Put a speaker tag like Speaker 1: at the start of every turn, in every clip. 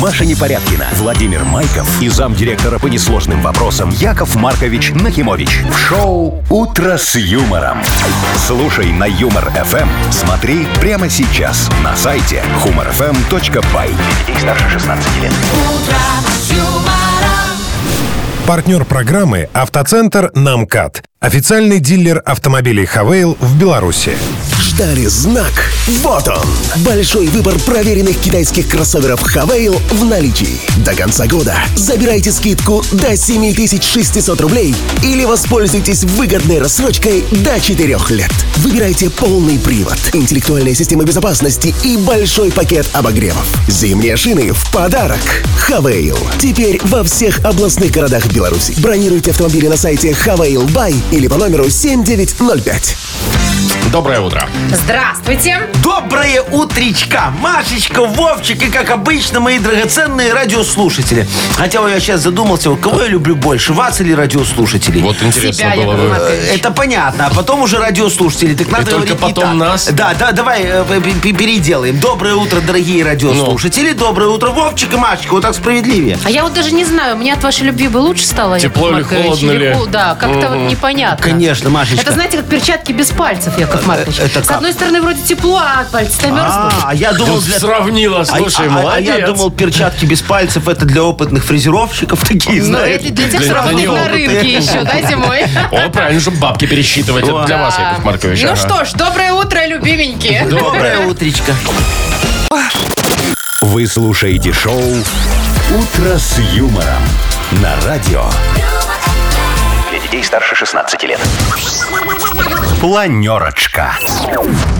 Speaker 1: Маша Непорядкина, Владимир Майков и замдиректора по несложным вопросам Яков Маркович Нахимович. В шоу «Утро с юмором». Слушай на «Юмор-ФМ». Смотри прямо сейчас на сайте humorfm.by. Для детей старше 16 лет.
Speaker 2: Партнер программы «Автоцентр Намкат». Официальный дилер автомобилей «Хавейл» в Беларуси.
Speaker 3: Ждали знак. Вот он. Большой выбор проверенных китайских кроссоверов Хавейл в наличии. До конца года забирайте скидку до 7600 рублей или воспользуйтесь выгодной рассрочкой до 4 лет. Выбирайте полный привод, интеллектуальная система безопасности и большой пакет обогревов. Зимние шины в подарок. Хавейл. Теперь во всех областных городах Беларуси. Бронируйте автомобили на сайте Хавейл Бай или по номеру 7905.
Speaker 4: Доброе утро.
Speaker 5: Здравствуйте.
Speaker 6: Доброе утречка, Машечка, Вовчик и, как обычно, мои драгоценные радиослушатели. Хотя вот я сейчас задумался, вот кого я люблю больше, вас или радиослушателей? Э,
Speaker 4: Вот интересно
Speaker 5: Себя,
Speaker 4: было
Speaker 5: Яков
Speaker 4: бы.
Speaker 5: Маркович.
Speaker 6: Это понятно, а потом уже радиослушатели. Так надо
Speaker 4: только
Speaker 6: говорить не
Speaker 4: потом
Speaker 6: так.
Speaker 4: нас?
Speaker 6: Да, да, давай э, п- п- переделаем. Доброе утро, дорогие радиослушатели. Доброе утро, Вовчик и Машечка. Вот так справедливее.
Speaker 5: А я вот даже не знаю, мне от вашей любви бы лучше стало. Яков
Speaker 4: Тепло или
Speaker 5: Маркович,
Speaker 4: холодно ли?
Speaker 5: хо- Да, как-то вот непонятно.
Speaker 6: Конечно, Машечка.
Speaker 5: Это, знаете, как перчатки без пальцев, Яков Маркович.
Speaker 6: это
Speaker 5: С
Speaker 6: как?
Speaker 5: одной стороны, вроде тепло, а от пальцев мерзнут.
Speaker 6: а, я думал, для...
Speaker 4: Сравнила, Ну,
Speaker 6: А-
Speaker 4: слушай,
Speaker 6: а- а я
Speaker 4: молодец.
Speaker 6: думал, перчатки без пальцев это для опытных фрезеровщиков такие,
Speaker 5: Но
Speaker 6: знаешь.
Speaker 5: Ну, это для тех,
Speaker 4: для
Speaker 5: кто работает
Speaker 4: него
Speaker 5: на
Speaker 4: опыт.
Speaker 5: рынке еще, да, зимой?
Speaker 4: О, правильно, чтобы бабки пересчитывать. Это для вас, Яков Маркович.
Speaker 5: Ну
Speaker 4: ага.
Speaker 5: что ж, доброе утро, любименькие.
Speaker 6: Доброе утречко.
Speaker 1: Вы слушаете шоу «Утро с юмором» на радио. Для детей старше 16 лет. Планерочка.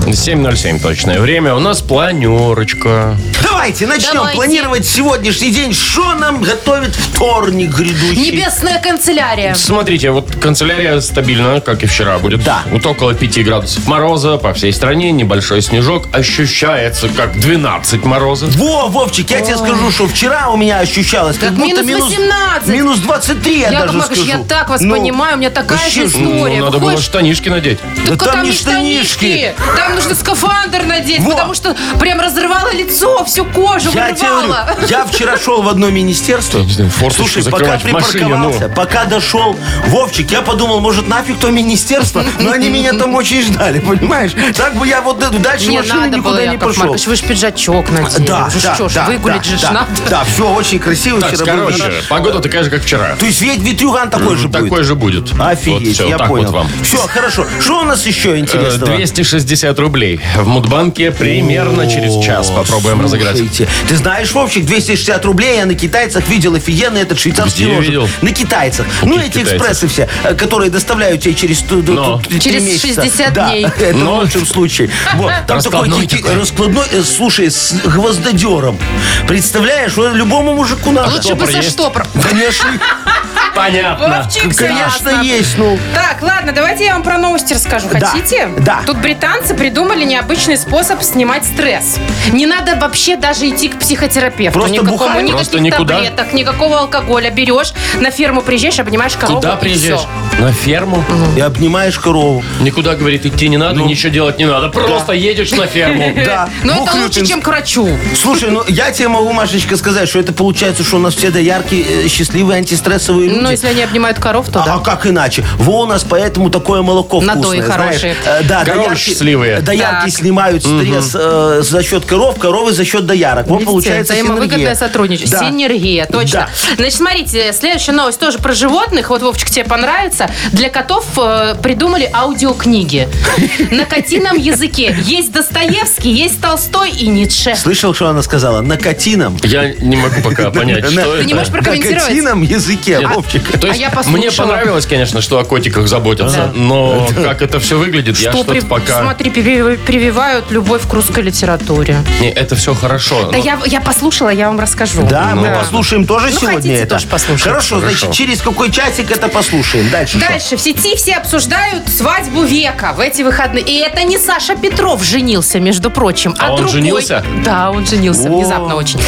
Speaker 4: 7.07 точное время. У нас планерочка.
Speaker 6: Давайте начнем
Speaker 5: Давайте.
Speaker 6: планировать сегодняшний день. Что нам готовит вторник грядущий?
Speaker 5: Небесная канцелярия.
Speaker 4: Смотрите, вот канцелярия стабильно, как и вчера будет.
Speaker 6: Да.
Speaker 4: Вот около 5 градусов мороза по всей стране, небольшой снежок. Ощущается как 12 морозов.
Speaker 6: Во, Вовчик, я тебе скажу, что вчера у меня ощущалось, как
Speaker 5: Так
Speaker 6: будто
Speaker 5: минус
Speaker 6: минус
Speaker 5: 18.
Speaker 6: Минус 23, я
Speaker 5: Яков
Speaker 6: даже
Speaker 5: Маркович,
Speaker 6: скажу.
Speaker 5: я так вас
Speaker 6: Ну,
Speaker 5: понимаю, у меня такая же
Speaker 6: вообще,
Speaker 4: Ну,
Speaker 5: история.
Speaker 4: надо было
Speaker 5: Выходишь,
Speaker 4: штанишки надеть.
Speaker 5: Так
Speaker 6: Да
Speaker 5: там,
Speaker 6: там
Speaker 5: не
Speaker 6: не штанишки.
Speaker 5: штанишки. Там нужно скафандр надеть,
Speaker 6: Во.
Speaker 5: потому что прям разрывало лицо, всю кожу
Speaker 6: Я тебе говорю,
Speaker 5: вырвало.
Speaker 6: я вчера шел в одно министерство.
Speaker 4: не знаю, форточку
Speaker 6: Слушай, пока
Speaker 4: закрывать в машине, ну.
Speaker 6: припарковался, пока дошел, Вовчик, я подумал, может, нафиг то министерство, но они меня там очень ждали, понимаешь? Так бы я вот эту дальше
Speaker 5: Не
Speaker 6: машину
Speaker 5: надо было,
Speaker 6: никуда не
Speaker 5: Яков
Speaker 6: пошел.
Speaker 5: Маркович, вы же пиджачок надели.
Speaker 6: Да,
Speaker 5: Вы ж
Speaker 6: да,
Speaker 5: что ж,
Speaker 6: да,
Speaker 5: выгулять
Speaker 6: да,
Speaker 5: же ж
Speaker 6: да,
Speaker 5: надо.
Speaker 6: Да, все очень красиво
Speaker 4: Так,
Speaker 6: вчера было.
Speaker 4: короче, погода такая же, как вчера.
Speaker 6: То есть ведь ветрюган такой же
Speaker 4: Такой
Speaker 6: будет?
Speaker 4: же будет.
Speaker 6: Офигеть,
Speaker 4: вот все,
Speaker 6: я
Speaker 4: так
Speaker 6: понял.
Speaker 4: вот вам.
Speaker 6: Все, хорошо. Что у нас еще
Speaker 4: Э,
Speaker 6: интересного?
Speaker 4: 260 рублей в Мудбанке примерно через час. Попробуем разыграть.
Speaker 6: Слушайте, Ты знаешь, Вовчик, 260 рублей я на китайцах видел офигенно этот швейцарский
Speaker 4: Где
Speaker 6: ножик.
Speaker 4: видел?
Speaker 6: На китайцах.
Speaker 4: каких
Speaker 6: ну, эти
Speaker 4: китайцах?
Speaker 6: экспрессы все, э, которые доставляют тебе через ту- ту-
Speaker 4: Но.
Speaker 6: ту- три
Speaker 5: Через
Speaker 6: месяца.
Speaker 5: 60
Speaker 6: Да,
Speaker 5: дней.
Speaker 6: это
Speaker 4: Но.
Speaker 6: в лучшем случае. Вот, там такой
Speaker 4: Раскладной
Speaker 6: дикий
Speaker 4: такой.
Speaker 6: раскладной, э, слушай, с гвоздодером. Представляешь, вот любому мужику надо.
Speaker 5: Лучше бы
Speaker 4: штопор
Speaker 5: со
Speaker 4: есть?
Speaker 5: штопором.
Speaker 6: Конечно,
Speaker 4: Понятно.
Speaker 5: Вовчик,
Speaker 6: конечно,
Speaker 5: ясно.
Speaker 6: есть, ну.
Speaker 5: Так, ладно, давайте я вам про новости расскажу.
Speaker 6: Да,
Speaker 5: Хотите?
Speaker 6: да.
Speaker 5: Тут британцы придумали необычный способ снимать стресс. Не надо вообще даже идти к психотерапевту.
Speaker 6: Просто
Speaker 5: Никакому,
Speaker 6: бухать?
Speaker 5: никаких
Speaker 4: Просто никуда?
Speaker 5: таблеток, никакого алкоголя. Берешь, на ферму приезжаешь, обнимаешь корову
Speaker 4: Куда
Speaker 5: и
Speaker 4: приезжаешь?
Speaker 5: всё.
Speaker 4: На ферму?
Speaker 6: И обнимаешь корову.
Speaker 4: Никуда, говорит, идти не надо, ничего делать не надо. Просто едешь на ферму.
Speaker 6: Ну. Да.
Speaker 5: Но Э, Ну, это
Speaker 6: Бухлюпин.
Speaker 5: лучше, чем к врачу.
Speaker 6: Слушай, ну я тебе могу, Машечка, сказать, что это получается, что у нас все да яркие, э, счастливые, антистрессовые люди.
Speaker 5: Ну, если они обнимают коров, то
Speaker 6: а,
Speaker 5: да.
Speaker 6: а как иначе? Во, у нас поэтому такое молоко
Speaker 5: Надои
Speaker 6: вкусное, знаешь.
Speaker 5: хорошие.
Speaker 6: Э, Да,
Speaker 4: Коровы
Speaker 6: доярки-
Speaker 4: счастливые.
Speaker 6: Доярки
Speaker 5: Так.
Speaker 6: снимают стресс э, за счет коров, коровы за счет доярок. Вот
Speaker 5: Видите,
Speaker 6: получается
Speaker 5: взаимовыгодное
Speaker 6: синергия.
Speaker 5: сотрудничество.
Speaker 6: Да.
Speaker 5: Синергия, точно. Значит, смотрите, следующая новость тоже про животных. Вот, Вовчик, тебе понравится. Для котов э, придумали аудиокниги. На котином языке есть Достоевский, есть Толстой и Ницше.
Speaker 6: Слышал, что она сказала? На котином.
Speaker 4: Я не могу пока понять, что
Speaker 5: Ты не
Speaker 4: это.
Speaker 5: можешь
Speaker 6: На
Speaker 5: прокомментировать?
Speaker 6: котином языке, Вовчик.
Speaker 4: То
Speaker 5: А
Speaker 4: есть
Speaker 5: я
Speaker 4: мне
Speaker 5: послушала.
Speaker 4: понравилось, конечно, что о котиках заботятся, но как это все выглядит, я
Speaker 5: Что
Speaker 4: что-то
Speaker 5: при-
Speaker 4: пока...
Speaker 5: смотри, пере- прививают любовь к русской литературе.
Speaker 4: Не, это все хорошо.
Speaker 5: Да
Speaker 4: но-
Speaker 5: я, я послушала, я вам расскажу.
Speaker 6: Да, мы
Speaker 4: ладно.
Speaker 6: послушаем тоже
Speaker 5: Ну,
Speaker 6: сегодня
Speaker 5: хотите,
Speaker 6: это.
Speaker 5: тоже послушаем.
Speaker 6: Хорошо, значит, через какой часик это послушаем. Дальше дальше что?
Speaker 5: Дальше в сети все обсуждают свадьбу века в эти выходные. И это не Саша Петров женился, между прочим, а,
Speaker 4: А он
Speaker 5: другой.
Speaker 4: женился?
Speaker 5: Да, он женился
Speaker 6: О,
Speaker 5: внезапно очень.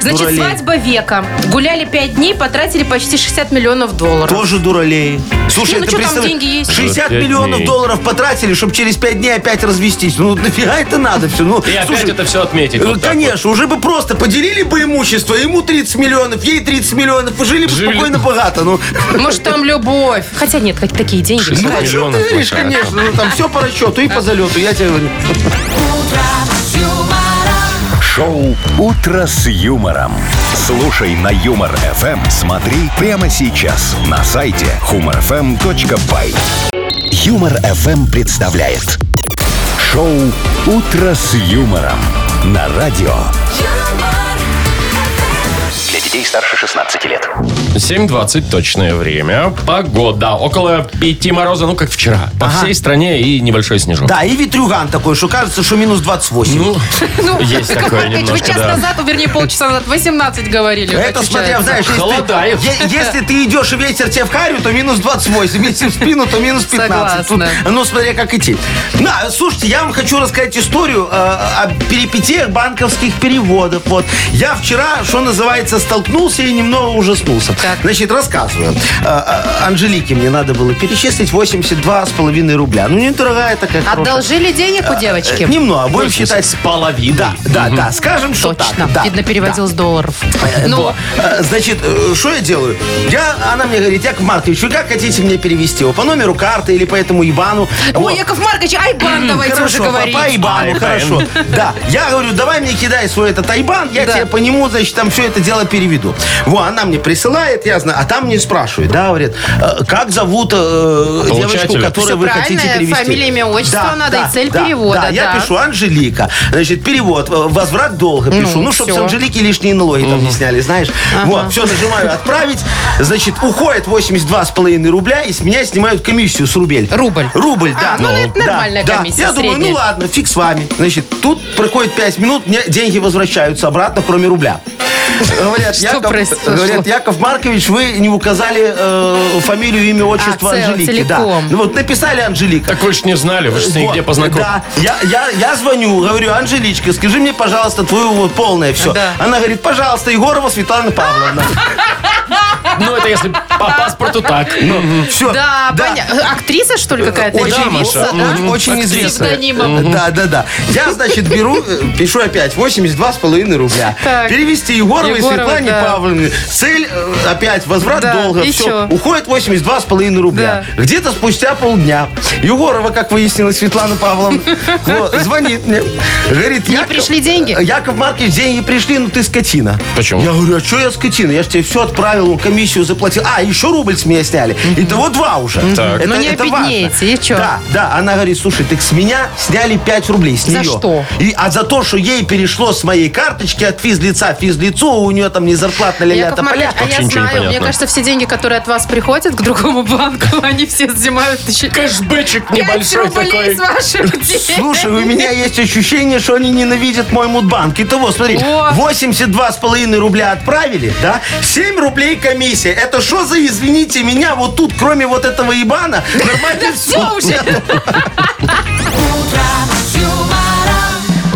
Speaker 5: Значит,
Speaker 6: дуралей.
Speaker 5: свадьба века. Гуляли пять дней, потратили почти 60 миллионов долларов.
Speaker 6: Тоже дуралей. Слушай,
Speaker 5: Не, ну
Speaker 6: ты
Speaker 5: чё там,
Speaker 6: представляешь,
Speaker 5: деньги есть?
Speaker 6: 60
Speaker 4: Пять
Speaker 6: миллионов
Speaker 4: дней.
Speaker 6: долларов потратили, чтобы через 5 дней опять развестись. Ну, нафига это надо все? Ну,
Speaker 4: И опять это все отметить.
Speaker 6: э,
Speaker 4: вот так вот.
Speaker 6: Конечно, уже бы просто поделили бы имущество, ему 30 миллионов, ей 30 миллионов, и жили бы
Speaker 4: Жили.
Speaker 6: спокойно богато. Ну,
Speaker 5: Может, там любовь. Хотя нет, как такие деньги.
Speaker 4: 60
Speaker 5: бывают.
Speaker 6: а чё
Speaker 4: миллионов
Speaker 6: ты веришь,
Speaker 4: Маша.
Speaker 6: конечно, ну там все по расчету и по залету, я тебе говорю.
Speaker 1: Шоу «Утро с юмором». Слушай на Юмор ФМ. Смотри прямо сейчас на сайте humorfm.by. Юмор ФМ представляет шоу «Утро с юмором» на радио. Для детей старше 16 лет.
Speaker 4: 7.20 точное время. Погода. Около 5 мороза, ну как вчера. По всей стране и небольшой снежок.
Speaker 6: Да, и ветрюган такой, что кажется, что минус 28.
Speaker 4: Ну,
Speaker 5: Ну,
Speaker 4: есть
Speaker 5: как
Speaker 4: такое
Speaker 5: Маркович, вы
Speaker 4: немножко,
Speaker 5: час
Speaker 4: да.
Speaker 5: назад, ну, вернее, полчаса назад, 18 говорили.
Speaker 6: Это смотря,
Speaker 5: Очищается.
Speaker 6: знаешь,
Speaker 4: Холодает.
Speaker 6: если ты, е- если ты идешь и ветер тебе в харю, то минус 28. Если в спину, то минус 15.
Speaker 5: Согласна.
Speaker 6: Тут, ну, смотря как идти. На, слушайте, я вам хочу рассказать историю э, о перипетиях банковских переводов. Вот. Я вчера, что называется, столкнулся и немного ужаснулся.
Speaker 5: Так.
Speaker 6: Значит, рассказываю. Э, э, Анжелике мне надо было перечислить 82,5 рубля. Ну, недорогая такая хорошая.
Speaker 5: Одолжили денег у девочки?
Speaker 6: Э, Немного, будем считать.
Speaker 4: с половиной.
Speaker 6: Да, да, да, скажем, что
Speaker 5: Точно.
Speaker 6: так. Да,
Speaker 5: Видно, переводил
Speaker 6: да.
Speaker 5: с долларов.
Speaker 6: Э,
Speaker 5: Ну,
Speaker 6: вот. Э, Значит, э, что я делаю? Я, она мне говорит, Яков Маркович, вы как хотите мне перевести его? По номеру карты или по этому Ибану?
Speaker 5: ой,
Speaker 6: Вот.
Speaker 5: Яков Маркович, айбан давайте уже
Speaker 6: Хорошо, по-
Speaker 5: говорить.
Speaker 6: по Ибану,
Speaker 4: Айбан.
Speaker 6: хорошо. Да, я говорю, давай мне кидай свой этот Айбан, я
Speaker 5: Да.
Speaker 6: тебе по нему, значит, там все это дело переведу. Во, она мне присылает, я знаю, а там мне спрашивает, да, говорит, «Э, как зовут э, девочку,
Speaker 4: Получателя.
Speaker 6: которую
Speaker 5: Всё
Speaker 6: вы хотите
Speaker 5: правильно,
Speaker 6: перевести?
Speaker 5: фамилия, имя, отчество надо, и цель перевода,
Speaker 6: Да, я
Speaker 5: да.
Speaker 6: пишу Анжелика. Значит, перевод, э, возврат долга пишу. Ну, чтобы с
Speaker 5: всё.
Speaker 6: Анжелики лишние налоги там не сняли, знаешь. Вот, все нажимаю отправить. Значит, уходит 82,5 рубля, и с меня снимают комиссию с рубель.
Speaker 5: Рубль.
Speaker 6: Рубль, да.
Speaker 5: А, ну, это
Speaker 6: Да,
Speaker 5: нормальная
Speaker 6: да.
Speaker 5: комиссия,
Speaker 6: Я думаю, ну
Speaker 5: средняя.
Speaker 6: ладно, фиг с вами. Значит, тут проходит 5 минут, мне деньги возвращаются обратно, кроме рубля. Говорят,
Speaker 5: Что
Speaker 6: Яков,
Speaker 5: произошло?
Speaker 6: говорят, Яков Маркович, вы не указали э, фамилию, имя, отчество
Speaker 5: А, цел-
Speaker 6: Анжелики. Да.
Speaker 5: целиком.
Speaker 6: Ну вот написали Анжелика.
Speaker 4: Так вы ж не знали, вы же с ней
Speaker 6: Вот,
Speaker 4: где познакомились.
Speaker 6: Да, я, я, я звоню, говорю, Анжеличка, скажи мне, пожалуйста, твою вот полное все.
Speaker 5: Да.
Speaker 6: Она говорит, пожалуйста, Егорова Светлана Павловна.
Speaker 4: Ну, это если по паспорту так. Ну,
Speaker 6: Все.
Speaker 5: Да, понятно. Актриса, что
Speaker 4: Э,
Speaker 5: ли, какая-то?
Speaker 6: Очень,
Speaker 5: Актриса,
Speaker 4: Маша,
Speaker 5: да?
Speaker 6: очень, а? очень
Speaker 5: Актриса.
Speaker 6: известная.
Speaker 5: Псевдонимом.
Speaker 6: Да, да, да. Я, значит, беру, э, пишу опять 82,5 рубля.
Speaker 5: Так.
Speaker 6: Перевести Егоровой
Speaker 5: Егорова,
Speaker 6: Светлане
Speaker 5: да.
Speaker 6: Павловне. Цель э, опять возврат
Speaker 5: Да,
Speaker 6: долга.
Speaker 5: и
Speaker 6: Все.
Speaker 5: чё?
Speaker 6: Уходит 82,5 рубля. Где-то спустя полдня Егорова, как выяснилось, Светлана Павловна, вот, звонит мне. Говорит,
Speaker 5: Не
Speaker 6: Яков-
Speaker 5: пришли деньги?
Speaker 6: Яков Маркович, деньги пришли, но ты скотина.
Speaker 4: Почему?
Speaker 6: Я говорю, а что я скотина? Я же тебе все отправил, он комиссию заплатил. А, еще рубль с меня сняли. Итого два уже.
Speaker 4: Так.
Speaker 6: Это-
Speaker 5: Ну, не
Speaker 6: это важно.
Speaker 5: обеднеете, и чё?
Speaker 6: Да, да, она говорит, слушай, так с меня сняли 5 рублей с
Speaker 5: За
Speaker 6: нее.
Speaker 5: что?
Speaker 6: И, а за то, что ей перешло с моей карточки от физлица физлицу, у нее там не зарплатная ля
Speaker 5: Яков Маркович,
Speaker 6: поля.
Speaker 5: а я
Speaker 4: Вообще ничего не
Speaker 5: знаю, мне
Speaker 4: понятно.
Speaker 5: кажется, все деньги, которые от вас приходят к другому банку, они все снимают еще
Speaker 4: Кэшбэчик
Speaker 5: пять
Speaker 4: небольшой такой.
Speaker 5: рублей с ваших денег.
Speaker 6: Слушай, у меня есть ощущение, что они ненавидят мой мудбанк. Итого, смотри,
Speaker 5: О.
Speaker 6: 82,5 рубля отправили, да? 7 рублей комиссия. Это что за, извините меня, вот тут, кроме вот этого ебана, нормально
Speaker 5: Все
Speaker 6: все.
Speaker 5: уже.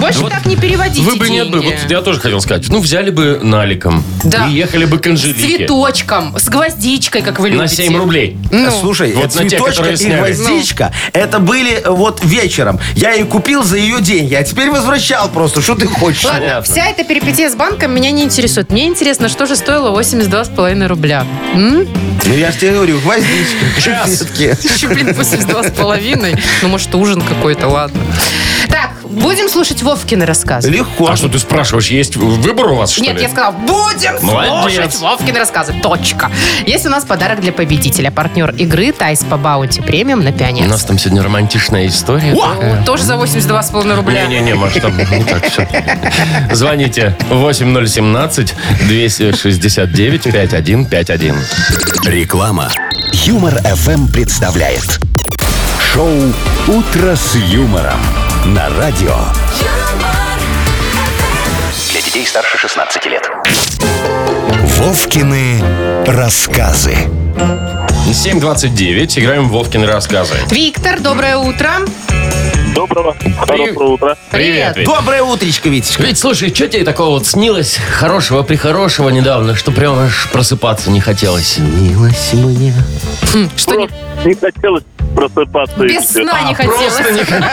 Speaker 5: Больше
Speaker 4: Вот
Speaker 5: так не переводите
Speaker 4: Вы бы нет бы,
Speaker 5: деньги.
Speaker 4: вот я тоже хотел сказать. Ну, взяли бы наликом.
Speaker 5: Да.
Speaker 4: И ехали бы к
Speaker 5: С
Speaker 4: Анжелике.
Speaker 5: цветочком, с гвоздичкой, как вы любите.
Speaker 4: На 7 рублей.
Speaker 5: Ну.
Speaker 6: Э, Слушай,
Speaker 4: Вот на те,
Speaker 6: цветочка
Speaker 4: которые
Speaker 6: и
Speaker 4: сняли.
Speaker 6: гвоздичка, это были э, вот вечером. Я ее купил за ее деньги, а теперь возвращал просто. Что ты хочешь?
Speaker 5: Ладно,
Speaker 4: Понятно.
Speaker 5: вся эта перипетия с банком меня не интересует. Мне интересно, что же стоило 82,5 рубля. М?
Speaker 6: Ну, я же тебе говорю, гвоздичка. Конфетки.
Speaker 5: Еще, блин, 82,5. Ну, может, ужин какой-то, ладно. Так, будем слушать Вовкины рассказы.
Speaker 6: Легко.
Speaker 4: А что ты спрашиваешь, есть выбор у вас, что
Speaker 5: Нет,
Speaker 4: ли?
Speaker 5: я сказала, будем
Speaker 4: Молодец.
Speaker 5: слушать Вовкины рассказы. Точка. Есть у нас подарок для победителя. Партнер игры Тайс по баунти премиум на
Speaker 4: У нас
Speaker 5: пионерском. Э,
Speaker 4: там сегодня романтичная история. такая.
Speaker 5: Тоже за 82,5 рубля.
Speaker 4: Не-не-не, Маш, там не так все. Звоните 8017-269-5151.
Speaker 1: Реклама. Юмор ФМ представляет шоу Утро с юмором на радио. Для детей старше 16 лет. Вовкины рассказы.
Speaker 4: 7.29. Играем в Вовкины рассказы.
Speaker 5: Виктор, доброе утро.
Speaker 7: Доброго, хорошего утра.
Speaker 5: Привет.
Speaker 4: Вик.
Speaker 6: Доброе утречко, Витечка.
Speaker 8: Ведь, слушай, что тебе такого вот снилось хорошего-прихорошего недавно, что прям аж просыпаться не хотелось?
Speaker 6: Милость мне.
Speaker 5: Что не-
Speaker 7: Не хотелось просыпаться.
Speaker 5: без сна не хотелось.
Speaker 4: А, Просто не хот-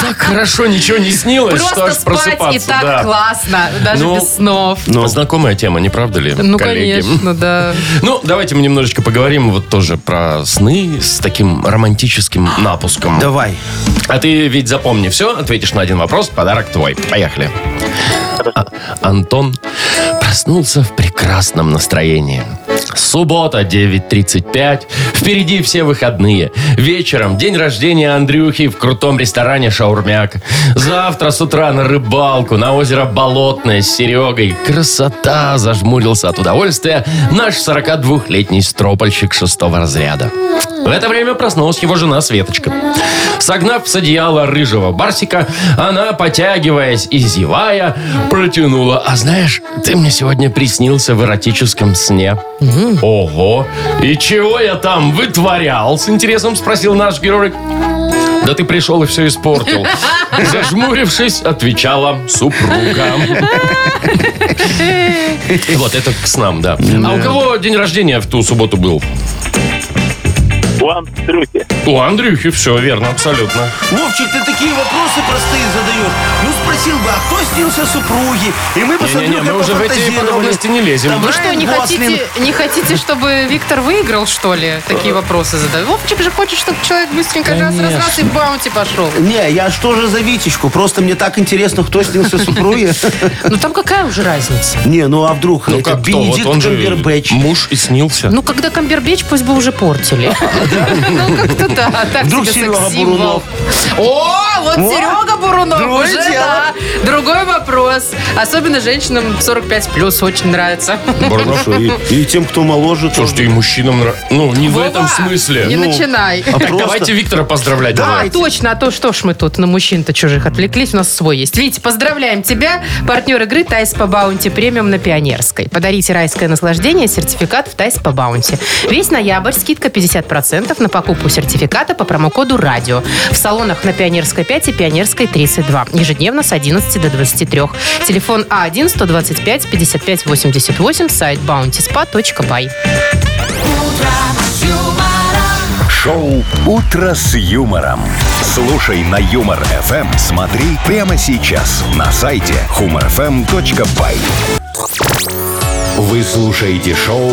Speaker 4: Так хорошо ничего не снилось, что
Speaker 5: Просто
Speaker 4: аж
Speaker 5: спать и
Speaker 4: просыпаться.
Speaker 5: так
Speaker 4: да.
Speaker 5: классно, даже
Speaker 4: Ну,
Speaker 5: без снов.
Speaker 4: Знакомая тема, не правда ли,
Speaker 5: Ну,
Speaker 4: коллеги?
Speaker 5: конечно, да.
Speaker 4: Ну, давайте мы немножечко поговорим вот тоже про сны с таким романтическим напуском.
Speaker 6: Давай.
Speaker 4: А ты ведь запомни все, ответишь на один вопрос, подарок твой. Поехали. А- Антон проснулся в прекрасном настроении. Суббота, 9.35. Впереди все выходные. Вечером день рождения Андрюхи в крутом ресторане «Шаурмяк». Завтра с утра на рыбалку на озеро Болотное с Серегой. Красота! Зажмурился от удовольствия наш 42-летний стропольщик шестого разряда. В это время проснулась его жена Светочка. Согнав с одеяла рыжего барсика, она, потягиваясь и зевая, протянула. А знаешь, ты мне сегодня приснился в эротическом сне. Ого! И чего я там вытворял? С интересом спросил наш герой. Да ты пришел и все испортил. Зажмурившись, отвечала супруга. Вот это к снам, да. А у кого день рождения в ту субботу был?
Speaker 7: План трюки.
Speaker 4: У Андрюхи все верно, абсолютно.
Speaker 6: Вовчик, ты такие вопросы простые задаешь. Ну, спросил бы, а кто снился супруги? И мы бы с
Speaker 4: Не-не-не,
Speaker 6: Андрюхой
Speaker 4: мы уже в эти
Speaker 6: пофантазировали.
Speaker 4: подробности не лезем.
Speaker 6: Там
Speaker 4: Ну
Speaker 5: Вы что,
Speaker 6: Райан
Speaker 5: не
Speaker 6: Гослинг.
Speaker 5: хотите, не хотите, чтобы Виктор выиграл, что ли?
Speaker 6: Э.
Speaker 5: Такие вопросы задают. Вовчик же хочет, чтобы человек быстренько раз-раз-раз и в баунти пошел.
Speaker 6: Не, я что же за Витечку? Просто мне так интересно, кто снился супруги.
Speaker 5: Ну там какая уже разница?
Speaker 6: Не, ну а вдруг
Speaker 4: Ну
Speaker 6: это
Speaker 4: как кто? Вот
Speaker 6: Бенедикт
Speaker 4: он же
Speaker 6: Камбербэтч.
Speaker 4: муж и снился.
Speaker 5: Ну, когда камбербеч, пусть бы уже портили. Ну, как-то да. так
Speaker 6: Вдруг
Speaker 5: себе
Speaker 6: Серега
Speaker 5: секс-символ.
Speaker 6: Бурунов.
Speaker 5: О, вот Серега Бурунов.
Speaker 6: другое
Speaker 5: уже,
Speaker 6: дело.
Speaker 5: да. Другой вопрос. Особенно женщинам 45+, плюс очень нравится.
Speaker 4: Бурунов.
Speaker 6: И тем, кто моложе, тоже.
Speaker 4: Слушайте, и мужчинам нрав- Ну, не в
Speaker 5: Вова,
Speaker 4: этом смысле.
Speaker 5: Не
Speaker 4: Ну,
Speaker 5: начинай.
Speaker 6: А
Speaker 4: так давайте Виктора поздравлять.
Speaker 6: Да,
Speaker 4: давай.
Speaker 5: А, точно, а то что ж мы тут на мужчин-то чужих отвлеклись, у нас свой есть. Витя, поздравляем тебя, партнер игры Тайс по Баунти премиум на Пионерской. Подарите райское наслаждение, сертификат в Тайс по Баунти. Весь ноябрь скидка 50% на покупку сертификата по промокоду РАДИО. В салонах на Пионерской 5 и Пионерской 32. Ежедневно с 11 до 23. Телефон А А1-125-55-88, сайт bountyspa.by.
Speaker 1: Шоу «Утро с юмором». Слушай на Юмор ФМ. Смотри прямо сейчас на сайте humorfm.by. Вы слушаете шоу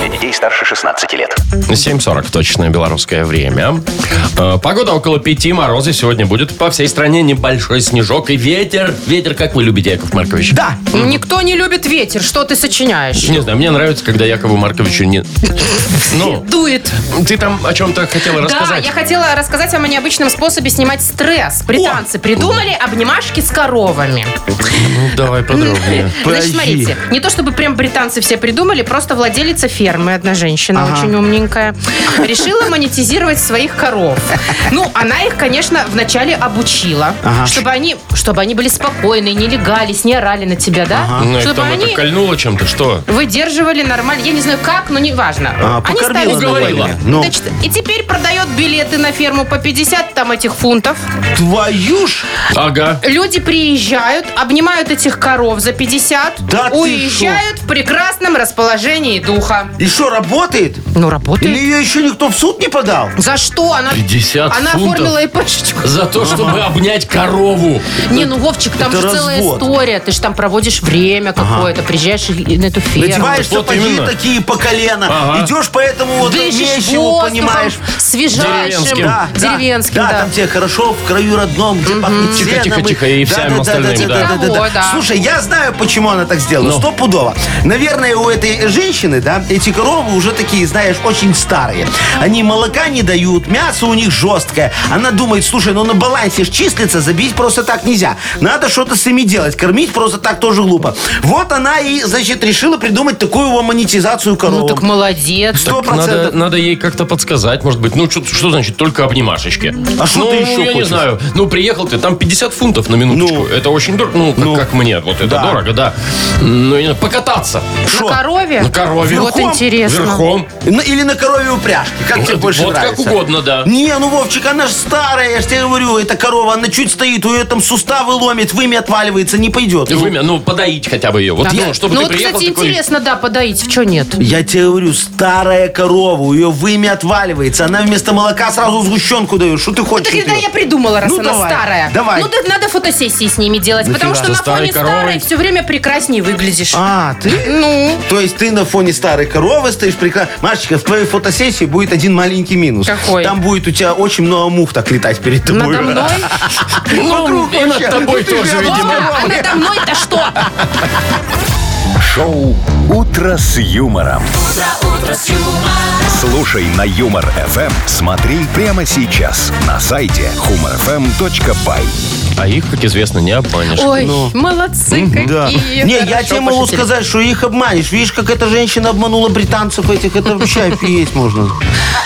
Speaker 1: Для детей старше 16 лет.
Speaker 4: 7.40 точное белорусское время. Э, Погода около 5, морозы сегодня будет. По всей стране небольшой снежок и ветер. Ветер, как вы любите, Яков Маркович?
Speaker 6: Да,
Speaker 5: Никто не любит ветер, что ты сочиняешь?
Speaker 4: Не знаю, мне нравится, когда Якову Марковичу не... Ну,
Speaker 5: Дует.
Speaker 4: ты там о чем-то хотела рассказать.
Speaker 5: Да, я хотела рассказать вам о необычном способе снимать стресс. Британцы придумали обнимашки с коровами.
Speaker 4: Ну, давай подробнее.
Speaker 5: Значит, смотрите, не то чтобы прям британцы все придумали, просто владелица фермы, одна женщина очень умненькая, решила монетизировать своих коров. Ну, она их, конечно, вначале обучила, чтобы, они, чтобы они были спокойны, не легались, не орали на тебя, да?
Speaker 4: Ну, и
Speaker 5: Чтобы
Speaker 4: там это
Speaker 5: они
Speaker 4: кольнуло чем-то, что?
Speaker 5: выдерживали нормально. Я не знаю как, но неважно.
Speaker 6: А,
Speaker 5: Они стали
Speaker 6: покормила, наверное. Ну,
Speaker 5: Значит, и теперь продает билеты на ферму по 50 там этих фунтов.
Speaker 6: твою ж...
Speaker 4: Ага.
Speaker 5: Люди приезжают, обнимают этих коров за 50,
Speaker 6: Да ты
Speaker 5: уезжают в прекрасном расположении духа.
Speaker 6: И что, работает?
Speaker 5: Ну,
Speaker 6: Или
Speaker 5: работает.
Speaker 6: ее еще никто в суд не подал?
Speaker 5: За что она...
Speaker 4: 50
Speaker 5: Она
Speaker 4: фунтов?
Speaker 5: оформила ИПшечку.
Speaker 4: За то, чтобы обнять корову.
Speaker 5: Не, ну, Вовчик, там
Speaker 6: это
Speaker 5: же целая
Speaker 6: развод.
Speaker 5: история. Ты же там проводишь время какое-то, приезжаешь и- на эту ферму.
Speaker 6: Надеваешь
Speaker 4: Вот
Speaker 6: сапоги
Speaker 4: именно.
Speaker 6: такие по колено,
Speaker 4: Ага.
Speaker 6: идешь по этому вот
Speaker 5: Дышишь
Speaker 6: вещеву,
Speaker 5: воздухом,
Speaker 6: понимаешь?
Speaker 5: свежайшим,
Speaker 4: Деревенским.
Speaker 6: Да, да,
Speaker 5: деревенским,
Speaker 6: да,
Speaker 5: да.
Speaker 6: там тебе хорошо в краю родном, где пахнет
Speaker 4: Тихо, тихо,
Speaker 6: сеном
Speaker 4: тихо, и всем остальным, да.
Speaker 5: Того, да.
Speaker 6: Слушай, я знаю, почему она так сделала,
Speaker 4: Ну.
Speaker 6: стопудово. Наверное, у у этой женщины, да, эти коровы уже такие, знаешь, очень старые. Они молока не дают, мясо у них жесткое. Она думает, слушай, ну на балансе ж числится, забить просто так нельзя. Надо что-то с ними делать. Кормить просто так тоже глупо. Вот она и, значит, решила придумать такую его монетизацию коров.
Speaker 5: Ну так молодец.
Speaker 6: Сто
Speaker 4: Надо,
Speaker 6: процентов.
Speaker 4: надо ей как-то подсказать, может быть. Ну, что, что значит только обнимашечки?
Speaker 6: А что
Speaker 4: ну,
Speaker 6: ты еще
Speaker 4: я не
Speaker 6: хочешь?
Speaker 4: знаю. Ну, приехал ты, там 50 фунтов на минуточку.
Speaker 6: Ну.
Speaker 4: это очень дорого. Ну, как,
Speaker 6: Ну.
Speaker 4: как мне. Вот это
Speaker 6: Да.
Speaker 4: дорого, да. Ну, я не знаю, покататься.
Speaker 6: Шо?
Speaker 5: На корове?
Speaker 4: На корове.
Speaker 5: Вот
Speaker 6: Верхом?
Speaker 5: интересно.
Speaker 4: Верхом.
Speaker 6: На- Или на корове упряжке, как тебе
Speaker 4: Вот-
Speaker 6: больше
Speaker 4: вот как
Speaker 6: нравится.
Speaker 4: угодно, да.
Speaker 6: Не, ну, Вовчик, она же старая, я же тебе говорю, эта корова, она чуть стоит, у нее там суставы ломит, вымя отваливается, не пойдет.
Speaker 4: Ну, Вымя, ну, подоить хотя бы ее. Вот,
Speaker 5: Да.
Speaker 4: ну, чтобы
Speaker 5: ну
Speaker 4: ты
Speaker 5: вот,
Speaker 4: приехал
Speaker 5: кстати,
Speaker 4: такой...
Speaker 5: интересно, да, подоить, что нет. Ну,
Speaker 6: Я тебе говорю, старая корова, у ее вымя отваливается, она вместо молока сразу сгущенку дает, что ты хочешь?
Speaker 5: Ну, Так это
Speaker 6: от
Speaker 5: я
Speaker 6: её?
Speaker 5: придумала, раз
Speaker 6: Ну,
Speaker 5: она
Speaker 6: давай,
Speaker 5: старая.
Speaker 6: давай.
Speaker 5: Ну, да, надо фотосессии с ними делать, потому что
Speaker 4: Со
Speaker 5: на
Speaker 4: старой
Speaker 5: фоне
Speaker 4: коровой?
Speaker 5: старой все время прекраснее выглядишь.
Speaker 6: А, ты?
Speaker 5: Ну,
Speaker 6: То есть ты на фоне старой коровы стоишь прекрасно. Машечка, в твоей фотосессии будет один маленький минус.
Speaker 5: Какой?
Speaker 6: Там будет у тебя очень много мух так летать перед тобой.
Speaker 5: надо мной?
Speaker 6: Вокруг
Speaker 4: Ну, и над
Speaker 6: вообще.
Speaker 4: тобой
Speaker 6: Ну, ты
Speaker 4: тоже,
Speaker 6: же
Speaker 4: видимо.
Speaker 6: обалдела.
Speaker 5: А надо мной-то что?
Speaker 1: Шоу «Утро с юмором». Слушай на Юмор ФМ. Смотри прямо сейчас на сайте humorfm.by.
Speaker 4: А их, как известно, не обманешь.
Speaker 5: Ой, молодцы
Speaker 6: Да.
Speaker 5: какие.
Speaker 6: Не, я
Speaker 5: Хорошо
Speaker 6: тебе могу
Speaker 5: пошутили.
Speaker 6: сказать, что их обманешь. Видишь, как эта женщина обманула британцев этих. Это вообще офигеть можно.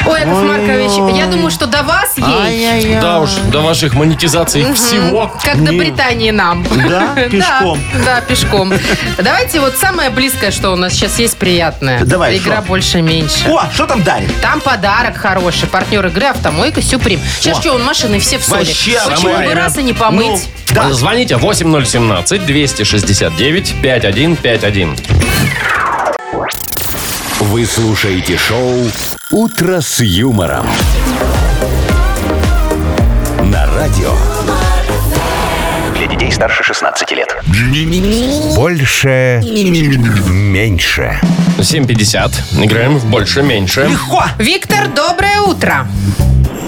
Speaker 5: Ой, Яков Маркович, я думаю, что до вас
Speaker 4: А,
Speaker 5: ей.
Speaker 6: Ай-яй-яй.
Speaker 4: Да уж, до ваших монетизаций всего.
Speaker 5: Как до Британии нам.
Speaker 6: Да? Пешком.
Speaker 5: Да, пешком. Давайте вот самое близкое, что у нас сейчас есть, приятное.
Speaker 6: Давай,
Speaker 5: Игра
Speaker 6: шо?
Speaker 5: больше-меньше.
Speaker 6: О, что там дарит?
Speaker 5: Там подарок хороший. Партнер игры «Автомойка Сюприм». Сейчас что, он машины все в соли.
Speaker 6: Вообще
Speaker 5: Почему бы
Speaker 6: нормально.
Speaker 5: раз и не помыть?
Speaker 6: Ну, да.
Speaker 4: Звоните 8017-269-5151.
Speaker 1: Вы слушаете шоу «Утро с юмором». На радио. Для детей старше 16 лет. Больше. Меньше.
Speaker 4: 7.50. Играем в больше-меньше.
Speaker 6: Легко.
Speaker 5: Виктор, доброе утро.